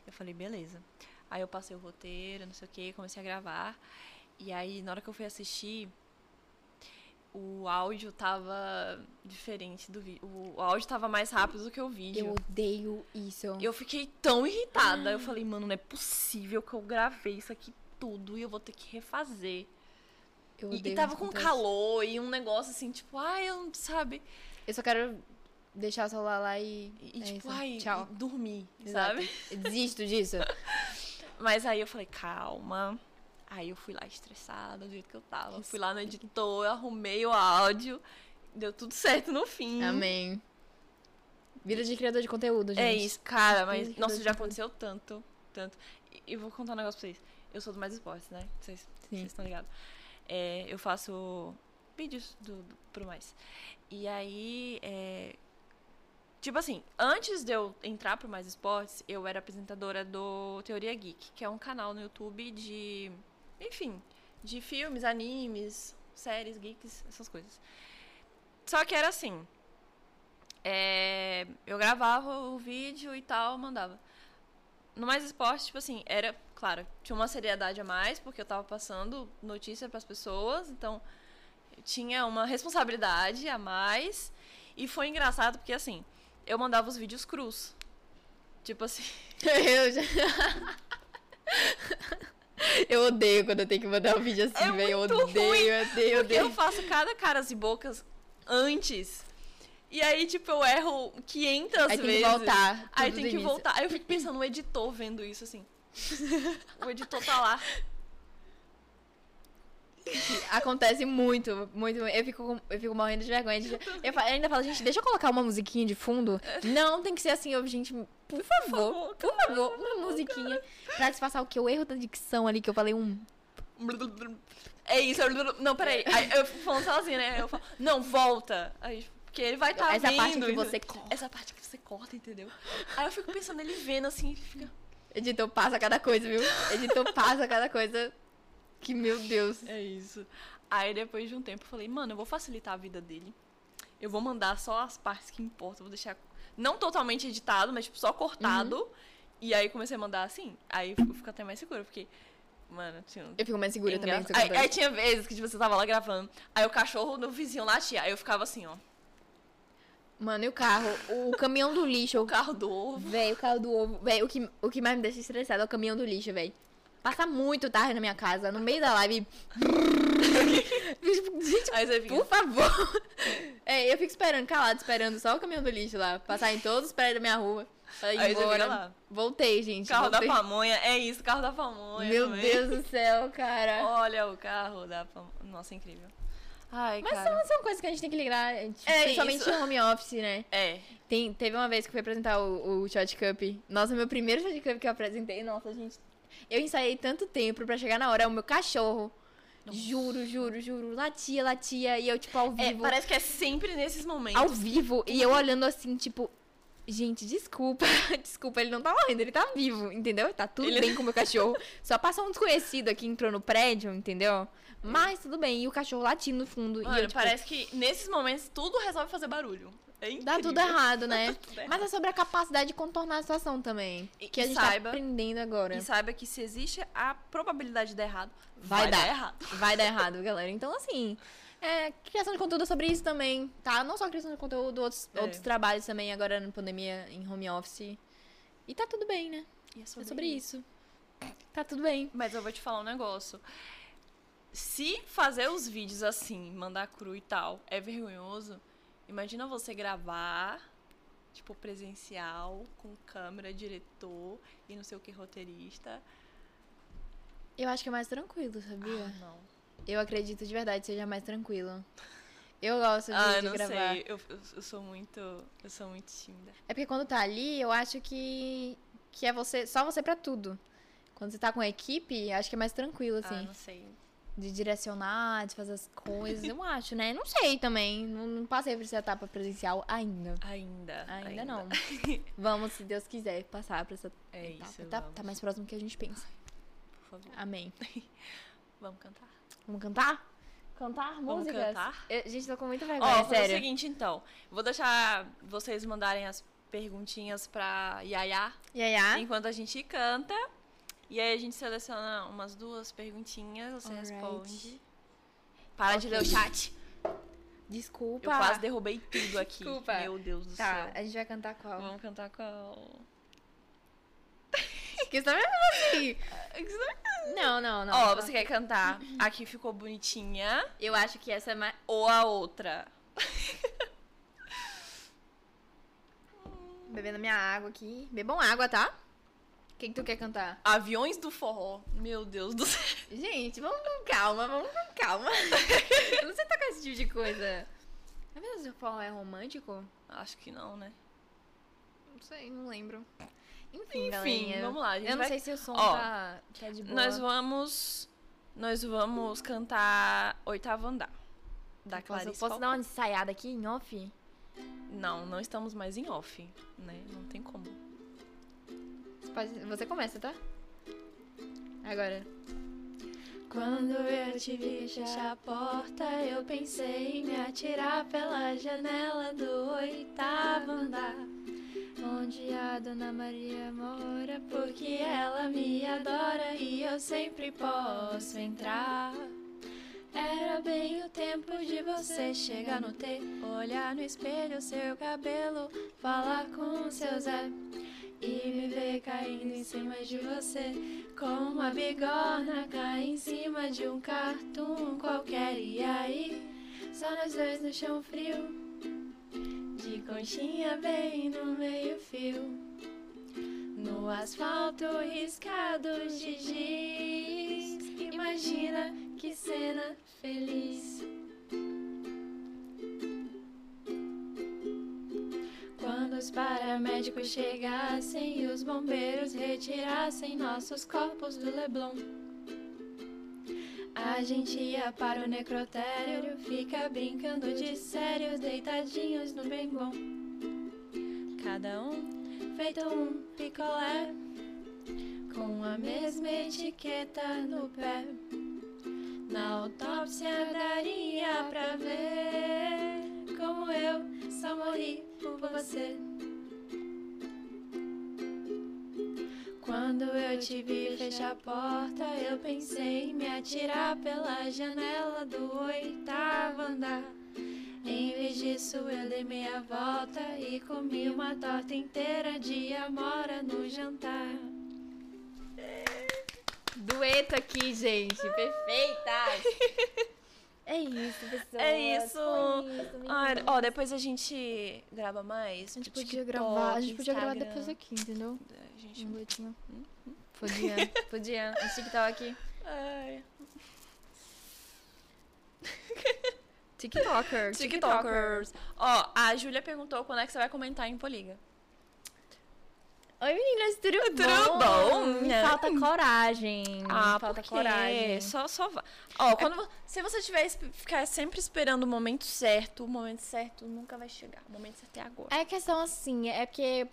S1: Eu falei, beleza. Aí eu passei o roteiro, não sei o que, comecei a gravar. E aí, na hora que eu fui assistir, o áudio tava diferente do vídeo. O áudio tava mais rápido do que o vídeo.
S2: Eu odeio isso.
S1: Eu fiquei tão irritada. Eu falei, mano, não é possível que eu gravei isso aqui tudo e eu vou ter que refazer.
S2: Eu
S1: E- E,
S2: odeio
S1: tava
S2: isso
S1: com
S2: acontece.
S1: calor e um negócio assim, tipo, ai, eu não, sabe?
S2: Eu só quero deixar o celular lá e.
S1: E,
S2: é
S1: tipo,
S2: isso.
S1: ai,
S2: Tchau.
S1: e dormir,
S2: Exato.
S1: sabe?
S2: Eu Desisto
S1: (laughs)
S2: disso.
S1: Mas aí eu falei, calma. Aí eu fui lá estressada, do jeito que eu tava. Fui lá no editor, eu arrumei o áudio. Deu tudo certo no fim.
S2: Amém. Vida de criador de conteúdo, gente.
S1: É isso, cara,
S2: Coisa
S1: mas
S2: que
S1: nossa,
S2: doido
S1: já
S2: de
S1: aconteceu tanto, tanto. E- E eu vou contar um negócio pra vocês. Eu sou do Mais Esportes, né? Vocês vocês
S2: Sim.
S1: estão ligados. É, eu faço vídeos do, do, pro Mais. E aí, é, tipo assim, antes de eu entrar pro Mais Esportes, eu era apresentadora do Teoria Geek, que é um canal no YouTube de, enfim, de filmes, animes, séries, geeks, essas coisas. Só que era assim. é, eu gravava o vídeo e tal, mandava. No mais esporte, tipo assim, era, claro, tinha uma seriedade a mais, porque eu tava passando notícia pras pessoas, então eu tinha uma responsabilidade a mais. E foi engraçado porque assim, eu mandava os vídeos crus. Tipo assim, (laughs)
S2: (laughs) Eu já. Eu odeio quando eu tenho que mandar um vídeo assim,
S1: É
S2: velho. Eu
S1: muito
S2: odeio,
S1: ruim,
S2: eu odeio, eu
S1: Porque eu
S2: odeio.
S1: faço cada caras e bocas antes. E aí, tipo, eu erro 500
S2: Aí
S1: vezes.
S2: tem que voltar.
S1: Aí
S2: tudo
S1: tem
S2: do
S1: que
S2: início.
S1: voltar. Aí eu fico pensando no editor vendo isso,
S2: (laughs)
S1: assim. o editor tá lá.
S2: Acontece muito, muito. Eu fico, com- eu fico morrendo de vergonha. de- Eu, fa- eu ainda falo, gente, deixa eu colocar uma musiquinha de fundo.
S1: É.
S2: Não, tem que ser assim, eu, gente, por favor, por favor, uma musiquinha. Pra disfarçar o que? O erro da dicção ali, que eu falei um.
S1: É isso. Não, peraí.
S2: É.
S1: Aí eu fico falando sozinha, né? Eu falo, não, volta. Aí, porque ele vai estar tá
S2: Essa
S1: vendo.
S2: parte que
S1: entendeu?
S2: você corta.
S1: Essa parte que você corta, entendeu? Aí eu fico pensando, ele vendo assim, fica.
S2: Editor passa cada coisa, viu? Editor passa cada coisa. Que meu Deus.
S1: É isso. Aí depois de um tempo eu falei, mano, eu vou facilitar a vida dele. Eu vou mandar só as partes que importam, vou deixar não totalmente editado, mas tipo só cortado.
S2: Uhum.
S1: E aí comecei a mandar assim. Aí eu fico até mais segura, porque mano, tinha um
S2: Eu fico mais segura também.
S1: engra-
S2: você
S1: aí,
S2: contando.
S1: aí tinha vezes que tipo, você tava lá gravando, aí o cachorro do vizinho latia, aí eu ficava assim, ó,
S2: Mano, e o carro? O caminhão do lixo.
S1: o carro do ovo.
S2: Véi, o carro do ovo. Véi, o que, o que mais me deixa estressada é o caminhão do lixo, véi. Passa muito tarde na minha casa, no meio da live. (laughs) Gente,
S1: Aí você fica,
S2: por favor. É, eu fico esperando, calado, esperando só o caminhão do lixo lá. Passar em todos os prédios da minha rua. Pra ir
S1: Aí você
S2: embora.
S1: fica lá.
S2: Voltei, gente.
S1: carro da
S2: voltei.
S1: pamonha, é isso, carro da pamonha.
S2: Meu
S1: também.
S2: Deus do céu, cara.
S1: Olha o carro da pamonha. Nossa, é incrível. Ai,
S2: Mas
S1: cara.
S2: são, são coisas que a gente tem que ligar, tipo,
S1: É
S2: principalmente
S1: isso.
S2: em home office, né?
S1: É,
S2: Tem, teve uma vez que eu fui apresentar o, o Shot Cup. Nossa, meu primeiro Shot Cup que eu apresentei. Nossa, gente. Eu ensaiei tanto tempo pra chegar na hora. O meu cachorro. Juro, juro, juro. Latia, latia. E eu, tipo, ao
S1: É,
S2: vivo.
S1: parece que é sempre nesses momentos.
S2: ao vivo. E eu olhando assim, tipo. Gente, desculpa. (laughs) Desculpa, ele não tá morrendo, ele tá vivo, entendeu? Tá tudo
S1: Ele-
S2: bem com o meu cachorro. Só passou um desconhecido aqui, entrou no prédio, entendeu? Mas tudo bem. E o cachorro latindo no fundo.
S1: Hum. Mano,
S2: e eu, tipo,
S1: parece que nesses momentos tudo resolve fazer barulho. É
S2: Dá
S1: incrível.
S2: tudo errado, né?
S1: tudo errado.
S2: Mas é sobre a capacidade de contornar a situação também.
S1: E-
S2: que a
S1: e
S2: gente
S1: saiba-
S2: tá aprendendo agora.
S1: E saiba que se existe a probabilidade de dar errado, vai,
S2: Vai
S1: dar.
S2: dar.
S1: errado.
S2: Vai dar errado, galera. Então, assim, é, criação de conteúdo é sobre isso também, tá? Não só criação de conteúdo, outros,
S1: É.
S2: outros trabalhos também, agora na pandemia, em home office. E tá tudo bem, né?
S1: E é
S2: É sobre isso. Tá tudo bem.
S1: Mas eu vou te falar um negócio. Se fazer os vídeos assim, mandar cru e tal, é vergonhoso, imagina você gravar, tipo, presencial, com câmera, diretor e não sei o que, roteirista.
S2: Eu acho que é mais tranquilo, sabia?
S1: Ah, não.
S2: Eu acredito de verdade que seja mais tranquilo. Eu gosto de,
S1: Ah,
S2: de
S1: não
S2: gravar.
S1: sei. Eu, eu- eu sou muito. Eu sou muito tímida.
S2: É porque quando tá ali, eu acho que, que é você, só você pra tudo. Quando você tá com a equipe, acho que é mais tranquilo, assim.
S1: Ah, não sei.
S2: De direcionar, de fazer as coisas, eu acho, né? Não sei também. Não, não passei por essa etapa presencial ainda.
S1: Ainda.
S2: Ainda, não. Vamos, se Deus quiser, passar pra essa
S1: É
S2: etapa.
S1: isso.
S2: tá,
S1: vamos,
S2: tá mais próximo do que a gente pensa.
S1: Por favor.
S2: Amém.
S1: Vamos cantar.
S2: Vamos cantar? Cantar
S1: Vamos
S2: músicas?
S1: cantar?
S2: Eu- gente, tô com muita
S1: Ó,
S2: vergonha,
S1: vou fazer o
S2: sério.
S1: seguinte então. Vou deixar vocês mandarem as perguntinhas pra Yaya
S2: E aí, ah?
S1: enquanto a gente canta. E aí a gente seleciona umas duas perguntinhas, você
S2: Alright.
S1: responde. Para de
S2: Ok.
S1: ler o chat.
S2: Desculpa.
S1: Eu quase derrubei tudo aqui.
S2: Desculpa.
S1: Meu Deus do
S2: Tá,
S1: céu.
S2: a gente vai cantar (laughs) qual?
S1: Vamos cantar qual?
S2: Porque você tá me assim. Não, não, não. tá.
S1: Ó, você quer cantar a que ficou bonitinha
S2: Eu acho que essa é mais.
S1: ou a outra?
S2: Bebendo minha água aqui. Bebam água, tá? Quem que tu quer cantar?
S1: Aviões do forró. Meu Deus do céu.
S2: Gente, vamos com calma, vamos com calma. (laughs) Eu não sei tocar esse tipo de coisa. Na verdade, o forró é romântico?
S1: Acho que não, né?
S2: Não sei, não lembro. Enfim,
S1: Enfim,
S2: galerinha.
S1: vamos lá. A gente
S2: Eu não
S1: vai-
S2: sei se o som
S1: Ó,
S2: tá, tá de boa.
S1: Nós vamos. Nós vamos cantar Oitavo Andar. Da
S2: posso,
S1: Clarice.
S2: posso dar
S1: Falcão.
S2: uma ensaiada aqui em off?
S1: Não, não estamos mais em off, né? Não tem como.
S2: Você, pode- você começa, tá? Agora. Quando eu te vi fechar a porta, eu pensei em me atirar pela janela do oitavo andar. Onde a Dona Maria mora, porque ela me adora e eu sempre posso entrar. Era bem o tempo de você chegar no T, olhar no espelho seu cabelo, falar com seu Zé e me ver caindo em cima de você. Com uma bigorna cai em cima de um cartoon qualquer. E aí, só nós dois no chão frio, de conchinha bem no meio-fio. No asfalto riscado de giz. Imagina que cena feliz. Quando os paramédicos chegassem e os bombeiros retirassem nossos corpos do Leblon.
S3: A gente ia para o necrotério, fica brincando de sério, deitadinhos no bem bom. Cada um feito um picolé, com a mesma etiqueta no pé. Na autópsia daria pra ver como eu só morri por você. Quando eu te vi fechar a porta, eu pensei em me atirar pela janela do oitavo andar. Em vez disso, eu dei meia volta e comi uma torta inteira de amora no jantar.
S4: Dueto aqui, gente.
S2: (laughs)
S4: Perfeitas. É isso, pessoal.
S1: É isso. Ah, Olha, ó, depois a gente grava mais. um
S2: A gente podia gravar, a gente podia gravar depois aqui, entendeu?
S1: A
S2: Um
S1: gente...
S2: boletinho.
S1: Hum, (laughs)
S4: Podia, podia. Um TikTok.
S1: Ai.
S4: TikToker.
S1: TikTokers. Ó, a Júlia perguntou quando é que você vai comentar em Poliga.
S4: Oi, meninas, tudo,
S1: Tudo bom? Hum.
S4: Me Falta coragem.
S1: Ah,
S4: falta
S1: porque
S4: coragem.
S1: Só, só vai. Ó, quando vo- se você tiver esp- ficar sempre esperando o momento certo, o momento certo nunca vai chegar. O momento certo é agora.
S2: É questão assim, é porque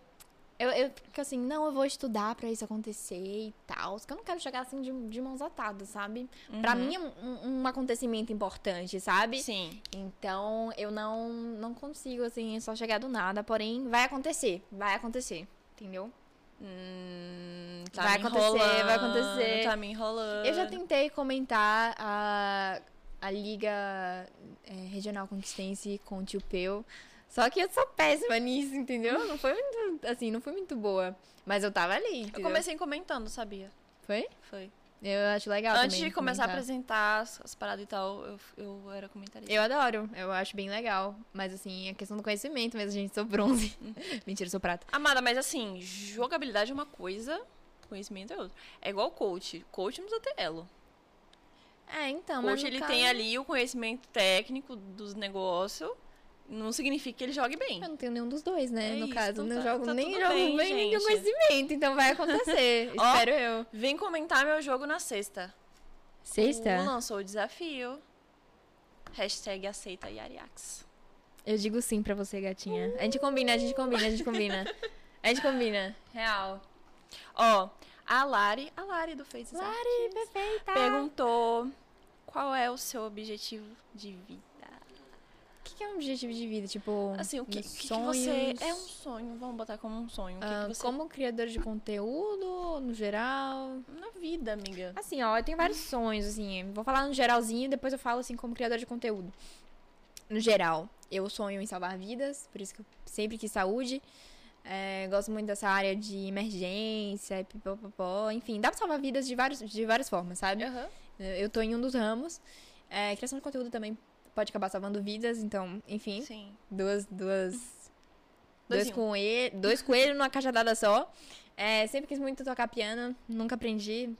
S2: eu, eu fico assim, não, eu vou estudar pra isso acontecer e tal. Porque eu não quero chegar assim de, de mãos atadas, sabe? Pra mim é um, um acontecimento importante, sabe?
S1: Uhum. sim.
S2: Então eu não, não consigo, assim, só chegar do nada. Porém, vai acontecer, vai acontecer, entendeu?
S1: Hum, tá
S2: Vai
S1: me
S2: acontecer, vai
S1: enrolando,
S2: acontecer.
S1: Tá me enrolando.
S2: Eu já tentei comentar a, a Liga é, Regional Conquistense com o Tio Peu. Só que eu sou péssima nisso, entendeu? Não foi muito, assim, não fui muito boa. Mas eu tava ali,
S1: Eu
S2: entendeu?
S1: comecei comentando, sabia?
S2: Foi?
S1: Foi.
S2: Eu acho legal
S1: Antes
S2: também
S1: de começar a
S2: comentar.
S1: apresentar as, as paradas e tal, eu, eu era comentarista.
S2: Eu adoro, eu acho bem legal. Mas, assim, a questão do conhecimento mesmo, gente, sou bronze. (laughs) Mentira, eu sou prata.
S1: Amada, mas assim, jogabilidade é uma coisa, conhecimento é outra. É igual coach. Coach não precisa ter elo.
S2: É, então, mas
S1: Coach,
S2: no
S1: ele
S2: caso,
S1: tem ali o conhecimento técnico dos negócios. Não significa que ele jogue bem.
S2: Eu não tenho nenhum dos dois, né?
S1: É
S2: no
S1: isso,
S2: caso, não
S1: tá-
S2: jogo
S1: tá
S2: nem
S1: tudo
S2: jogo
S1: bem,
S2: bem, nem tenho
S1: gente.
S2: conhecimento. Então vai (laughs) acontecer,
S1: Ó.
S2: espero eu.
S1: Vem comentar meu jogo na sexta.
S2: Sexta?
S1: Tu lançou o desafio. Hashtag aceita Yariax.
S2: Eu digo sim pra você, gatinha. A gente combina, a gente combina, a gente combina. A gente combina.
S1: Real. Ó, a Lari, a Lari do Face Lari,
S2: Perfeita.
S1: perguntou qual é o seu objetivo de vida.
S2: O que que é um objetivo de vida? Tipo,
S1: Assim, o que, o
S2: meus
S1: que que você...
S2: sonhos?
S1: É um sonho, vamos botar como um sonho. O que,
S2: Ah,
S1: que você...
S2: Como criador de conteúdo, no geral.
S1: Na vida, amiga.
S2: Assim, ó, eu tenho vários sonhos, assim. Vou falar no geralzinho e depois eu falo, assim, como criador de conteúdo. No geral, eu sonho em salvar vidas, por isso que eu sempre quis saúde. É, gosto muito dessa área de emergência, e pipopopó. Enfim, dá pra salvar vidas de, vários, de várias formas, sabe? Eu tô em um dos ramos. É, criação de conteúdo também pode acabar salvando vidas, então, enfim,
S1: Sim.
S2: duas. duas
S1: Dois
S2: dois,
S1: em um. (laughs)
S2: coelho, dois coelhos numa cajadada só. É, sempre quis muito tocar piano, nunca aprendi.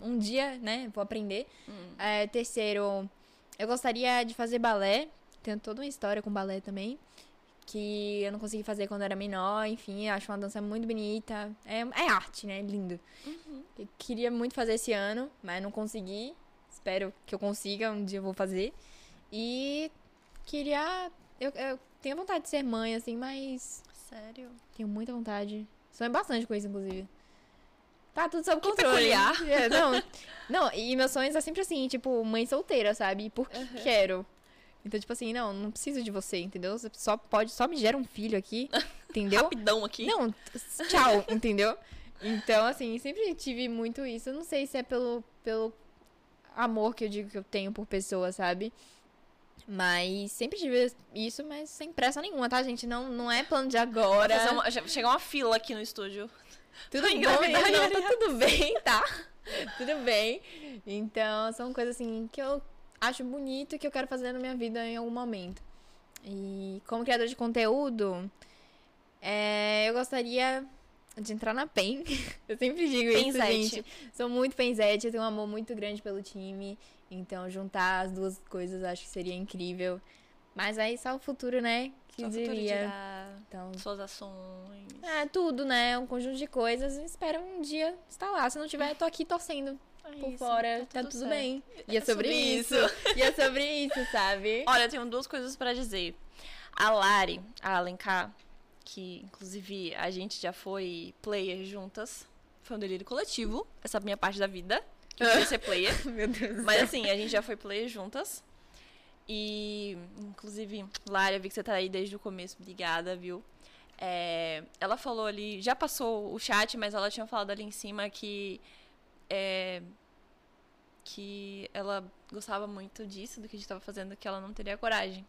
S2: Um dia, né, vou aprender.
S1: Hum.
S2: É, terceiro, eu gostaria de fazer balé. Tenho toda uma história com balé também. Que eu não consegui fazer quando era menor, enfim, eu acho uma dança muito bonita. É, é arte, né? Lindo.
S1: Uhum.
S2: Eu queria muito fazer esse ano, mas não consegui. Espero que eu consiga, um dia eu vou fazer. E queria. Eu, eu tenho vontade de ser mãe, assim, mas
S1: Sério?
S2: tenho muita vontade. Sonho bastante com isso, inclusive. Tá tudo sob controle.
S1: peculiar.
S2: (laughs) É, não, não, e meus sonhos é sempre assim, tipo, mãe solteira, sabe? Porque quero. Então, tipo assim, não, não preciso de você, entendeu? Você só pode, só me gera um filho aqui,
S1: (laughs)
S2: entendeu?
S1: Rapidão aqui.
S2: Não, t- tchau, entendeu? Então, assim, sempre tive muito isso. Eu Não sei se é pelo, pelo amor que eu digo que eu tenho por pessoa, sabe? Mas sempre tive isso, mas sem pressa nenhuma, tá, gente? Não, não é plano de agora.
S1: Fazer um uma- já- chegar uma fila aqui no estúdio.
S2: Tudo bem,
S1: engravidar,
S2: não, (laughs) tá tudo bem, tá? (laughs) tudo bem. Então, são coisas assim que eu acho bonito e que eu quero fazer na minha vida em algum momento. E como criador de conteúdo, é, eu gostaria de entrar na PEN. (laughs) Eu sempre digo
S1: Penzete.
S2: isso, gente. Sou muito penzete, eu tenho um amor muito grande pelo time. Então, juntar as duas coisas acho que seria incrível. Mas aí só o futuro, né? Que
S1: Só o futuro
S2: diria.
S1: dirá,
S2: Então,
S1: ah, Suas ações.
S2: é, tudo, né? Um conjunto de coisas. Espero um dia estar lá. Se não tiver, tô aqui torcendo. por
S1: isso,
S2: fora,
S1: tá
S2: tá
S1: tudo
S2: tudo,
S1: certo.
S2: bem. E é sobre isso. e é sobre isso, sabe?
S1: Olha, eu tenho duas coisas pra dizer. A Lari, a Alencar, que inclusive a gente já foi player juntas, foi um delírio coletivo, essa minha parte da vida, que eu queria ser player.
S2: (laughs) Meu Deus.
S1: Mas assim, a gente já foi player juntas. E, inclusive, Lara, eu vi que você tá aí desde o começo, obrigada, viu? É, ela falou ali, já passou o chat, mas ela tinha falado ali em cima que. é, que ela gostava muito disso, do que a gente tava fazendo, que ela não teria coragem.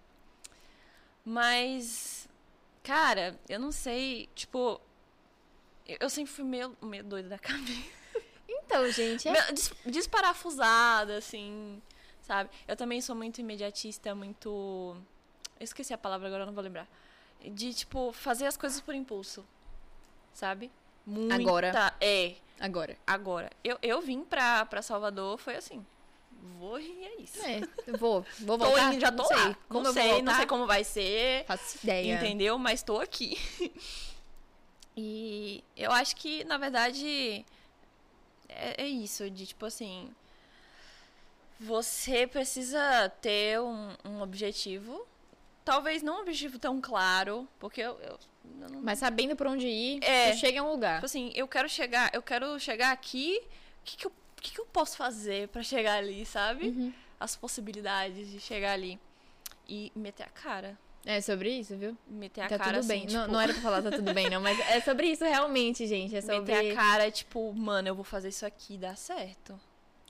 S1: Mas. Cara, eu não sei, tipo. Eu eu sempre fui meio, meio doida da (laughs) cabeça.
S2: (laughs) Então, gente, é
S1: Meu, dis- Desparafusada, assim, sabe? Eu também sou muito imediatista, muito. Eu esqueci a palavra agora, eu não vou lembrar. De, tipo, fazer as coisas por impulso, sabe? Muita...
S2: Agora.
S1: É,
S2: agora.
S1: agora. Eu, eu vim pra, pra Salvador, foi assim. Vou e é isso.
S2: É, eu vou, vou
S1: Tô
S2: voltar.
S1: indo, já tô
S2: não sei.
S1: lá.
S2: Como
S1: não
S2: eu vou
S1: sei, não
S2: voltar?
S1: sei como vai ser.
S2: Faço ideia.
S1: Entendeu? Mas tô aqui. e eu acho que, na verdade, é, é isso, de tipo assim. Você precisa ter um, um objetivo. Talvez não um objetivo tão claro, porque eu, eu- eu não.
S2: Mas sabendo por onde ir,
S1: É.
S2: tu chega a um lugar.
S1: Tipo assim, eu quero chegar, eu quero chegar aqui. O que, que, eu, o que, que eu posso fazer pra chegar ali, sabe?
S2: Uhum.
S1: As possibilidades de chegar ali. E meter a cara.
S2: É sobre isso, viu?
S1: Meter a
S2: tá
S1: cara
S2: tudo
S1: assim,
S2: bem. não,
S1: tipo,
S2: não era pra falar tá tudo bem, não, mas é sobre isso realmente, gente. É sobre.
S1: meter a cara, tipo, mano, eu vou fazer isso aqui e dá certo.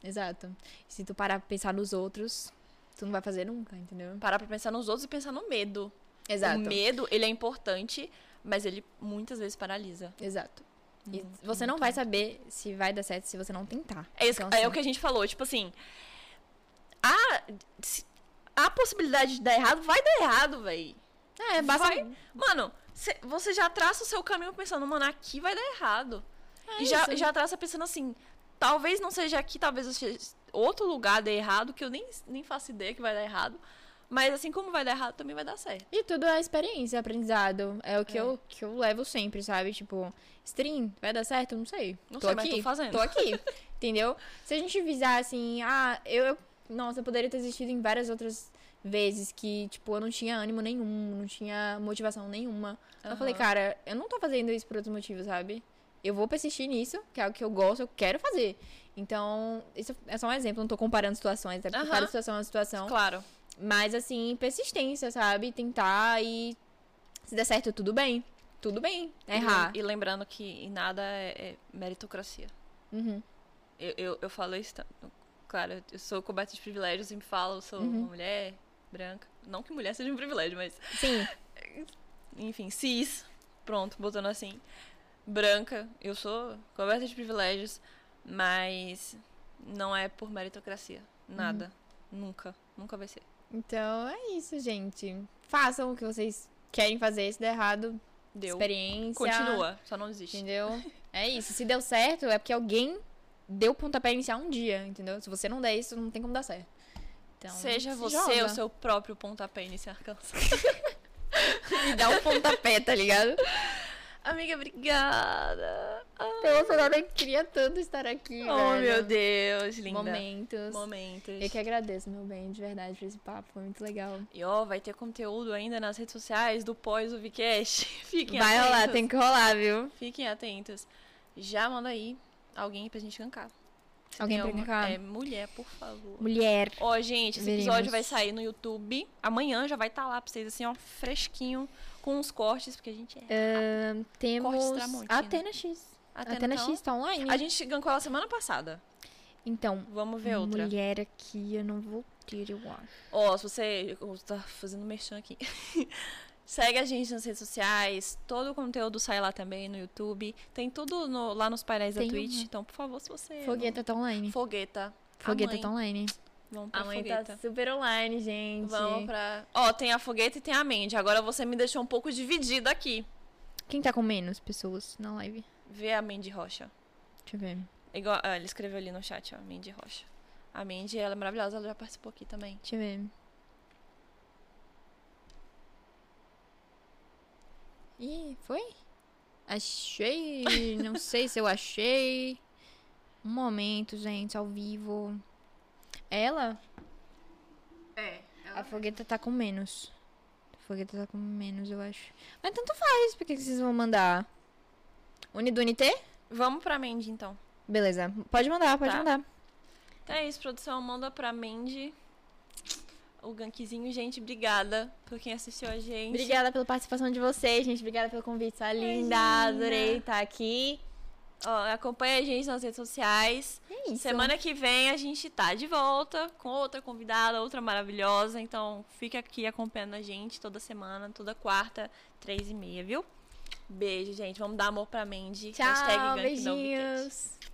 S2: Exato. Se tu parar pra pensar nos outros, tu não vai fazer nunca, entendeu?
S1: Parar pra pensar nos outros e pensar no medo.
S2: Exato.
S1: O medo, ele é importante, mas ele muitas vezes paralisa.
S2: Exato. E você não vai saber se vai dar certo se você não tentar.
S1: É, isso,
S2: Então,
S1: é
S2: assim,
S1: o que a gente falou, tipo assim, a, se- a possibilidade de dar errado vai dar errado, véi.
S2: É, basta.
S1: Vai. Mano, cê- você já traça o seu caminho pensando, mano, aqui vai dar errado. e já,
S2: É isso.
S1: já traça pensando assim, talvez não seja aqui, talvez seja outro lugar dê errado, que eu nem, nem faço ideia que vai dar errado. Mas assim como vai dar errado, também vai dar certo.
S2: E tudo é experiência, aprendizado. É o que,
S1: É.
S2: Eu, que eu levo sempre, sabe? Tipo, stream, vai dar certo? Não sei.
S1: Não
S2: tô
S1: sei, mas
S2: aqui.
S1: tô fazendo.
S2: Tô aqui. (laughs) entendeu? Se a gente visar assim, ah, eu, eu- Nossa, eu poderia ter existido em várias outras vezes que, tipo, eu não tinha ânimo nenhum, não tinha motivação nenhuma. Eu falei,
S1: Aham.
S2: cara, eu não tô fazendo isso por outro motivo, sabe? Eu vou persistir nisso, que é o que eu gosto, eu quero fazer. Então, isso é só um exemplo, não tô comparando situações, até porque
S1: Aham.
S2: cada situação é uma situação.
S1: Claro.
S2: Mas assim, persistência, sabe? Tentar e se der certo, tudo bem. Tudo bem. né, Errar.
S1: E, e lembrando que em nada é, é meritocracia.
S2: Uhum.
S1: Eu, eu, eu falo isso. tá- Claro, eu sou coberta de privilégios, sempre falo, eu sou
S2: Uhum.
S1: uma mulher branca. Não que mulher seja um privilégio, mas.
S2: Sim.
S1: Enfim, cis. Pronto, botando assim. Branca, eu sou coberta de privilégios, mas não é por meritocracia. Nada.
S2: Uhum.
S1: Nunca. Nunca vai ser.
S2: Então é isso, gente. Façam o que vocês querem fazer. Se der errado,
S1: Deu.
S2: experiência.
S1: Continua, só não desiste.
S2: (laughs) Entendeu? É isso. Se deu certo, é porque alguém deu pontapé inicial um dia, entendeu? Se você não der isso, não tem como dar certo. Então,
S1: Seja
S2: se
S1: você
S2: joga.
S1: o seu próprio pontapé (laughs) iniciar alcançar.
S2: E dá o pontapé, tá (laughs) ligado?
S1: Amiga, obrigada. Ah,
S2: Nossa, agora eu queria tanto estar aqui.
S1: oh,
S2: velho.
S1: meu Deus, linda.
S2: Momentos.
S1: Momentos.
S2: Eu que agradeço, meu bem, de verdade, por esse papo. Foi muito legal.
S1: E ó, vai ter conteúdo ainda nas redes sociais do pós Uvicast. (laughs) Fiquem
S2: Vai
S1: atentos.
S2: rolar, tem que rolar, viu?
S1: Fiquem atentos. Já manda aí alguém pra gente cancar. Se
S2: Alguém
S1: tem
S2: pra
S1: alguma-
S2: cancar?
S1: É, mulher, por favor.
S2: Mulher.
S1: Ó, gente, esse
S2: Veremos.
S1: episódio vai sair no YouTube. Amanhã já vai estar lá pra vocês, assim, ó, fresquinho, com os cortes, porque a gente é.
S2: Temos
S1: Cortes Tramontina.
S2: Atena X.
S1: né? Atena,
S2: Atena
S1: então.
S2: X tá online.
S1: A gente gancou ela semana passada.
S2: Então,
S1: Vamos ver outra.
S2: mulher aqui, eu não vou ter, eu acho.
S1: Ó, se você. eu Tá fazendo merchan aqui. (laughs) Segue a gente nas redes sociais. Todo o conteúdo sai lá também no YouTube. Tem tudo no- lá nos painéis da
S2: Tem
S1: Twitch.
S2: uma.
S1: Então, por favor, se você.
S2: Fogueta tá online.
S1: Fogueta.
S2: Fogueta
S1: a mãe.
S2: tá online.
S1: Vamos pra fogueta.
S2: super online, gente.
S1: Vamos pra. Ó, tem a fogueta e tem a Mandy. Agora você me deixou um pouco dividida aqui.
S2: Quem tá com menos pessoas na live?
S1: Vê a Mandy Rocha.
S2: Deixa eu ver.
S1: Igual, ah, ele escreveu ali no chat, ó, Mandy Rocha. A Mandy, ela é maravilhosa, ela já participou aqui também.
S2: Deixa eu ver. Ih, foi? Achei. Não sei se eu achei. Um momento, gente, ao vivo. Ela?
S1: É.
S2: A fogueta tá com menos. A fogueta tá com menos, eu acho. Mas tanto faz, por que que vocês vão mandar? Uni do NT?
S1: Vamos pra Mandy, então.
S2: Beleza. Pode mandar, pode
S1: Tá.
S2: mandar.
S1: Então é isso, produção. Manda pra Mandy o gankzinho. Gente, obrigada por quem assistiu a gente.
S2: Obrigada pela participação de vocês, gente. Obrigada pelo convite. Tá linda.
S1: Imagina.
S2: Adorei estar aqui.
S1: Ó, acompanha a gente nas redes sociais.
S2: É isso.
S1: Semana que vem a gente tá de volta com outra convidada, outra maravilhosa. Então fica aqui acompanhando a gente toda semana, toda quarta, três e meia, viu? Beijo, gente. Vamos dar amor pra Mandy.
S2: Tchau,
S1: Hashtag gank não biquete.
S2: beijinhos.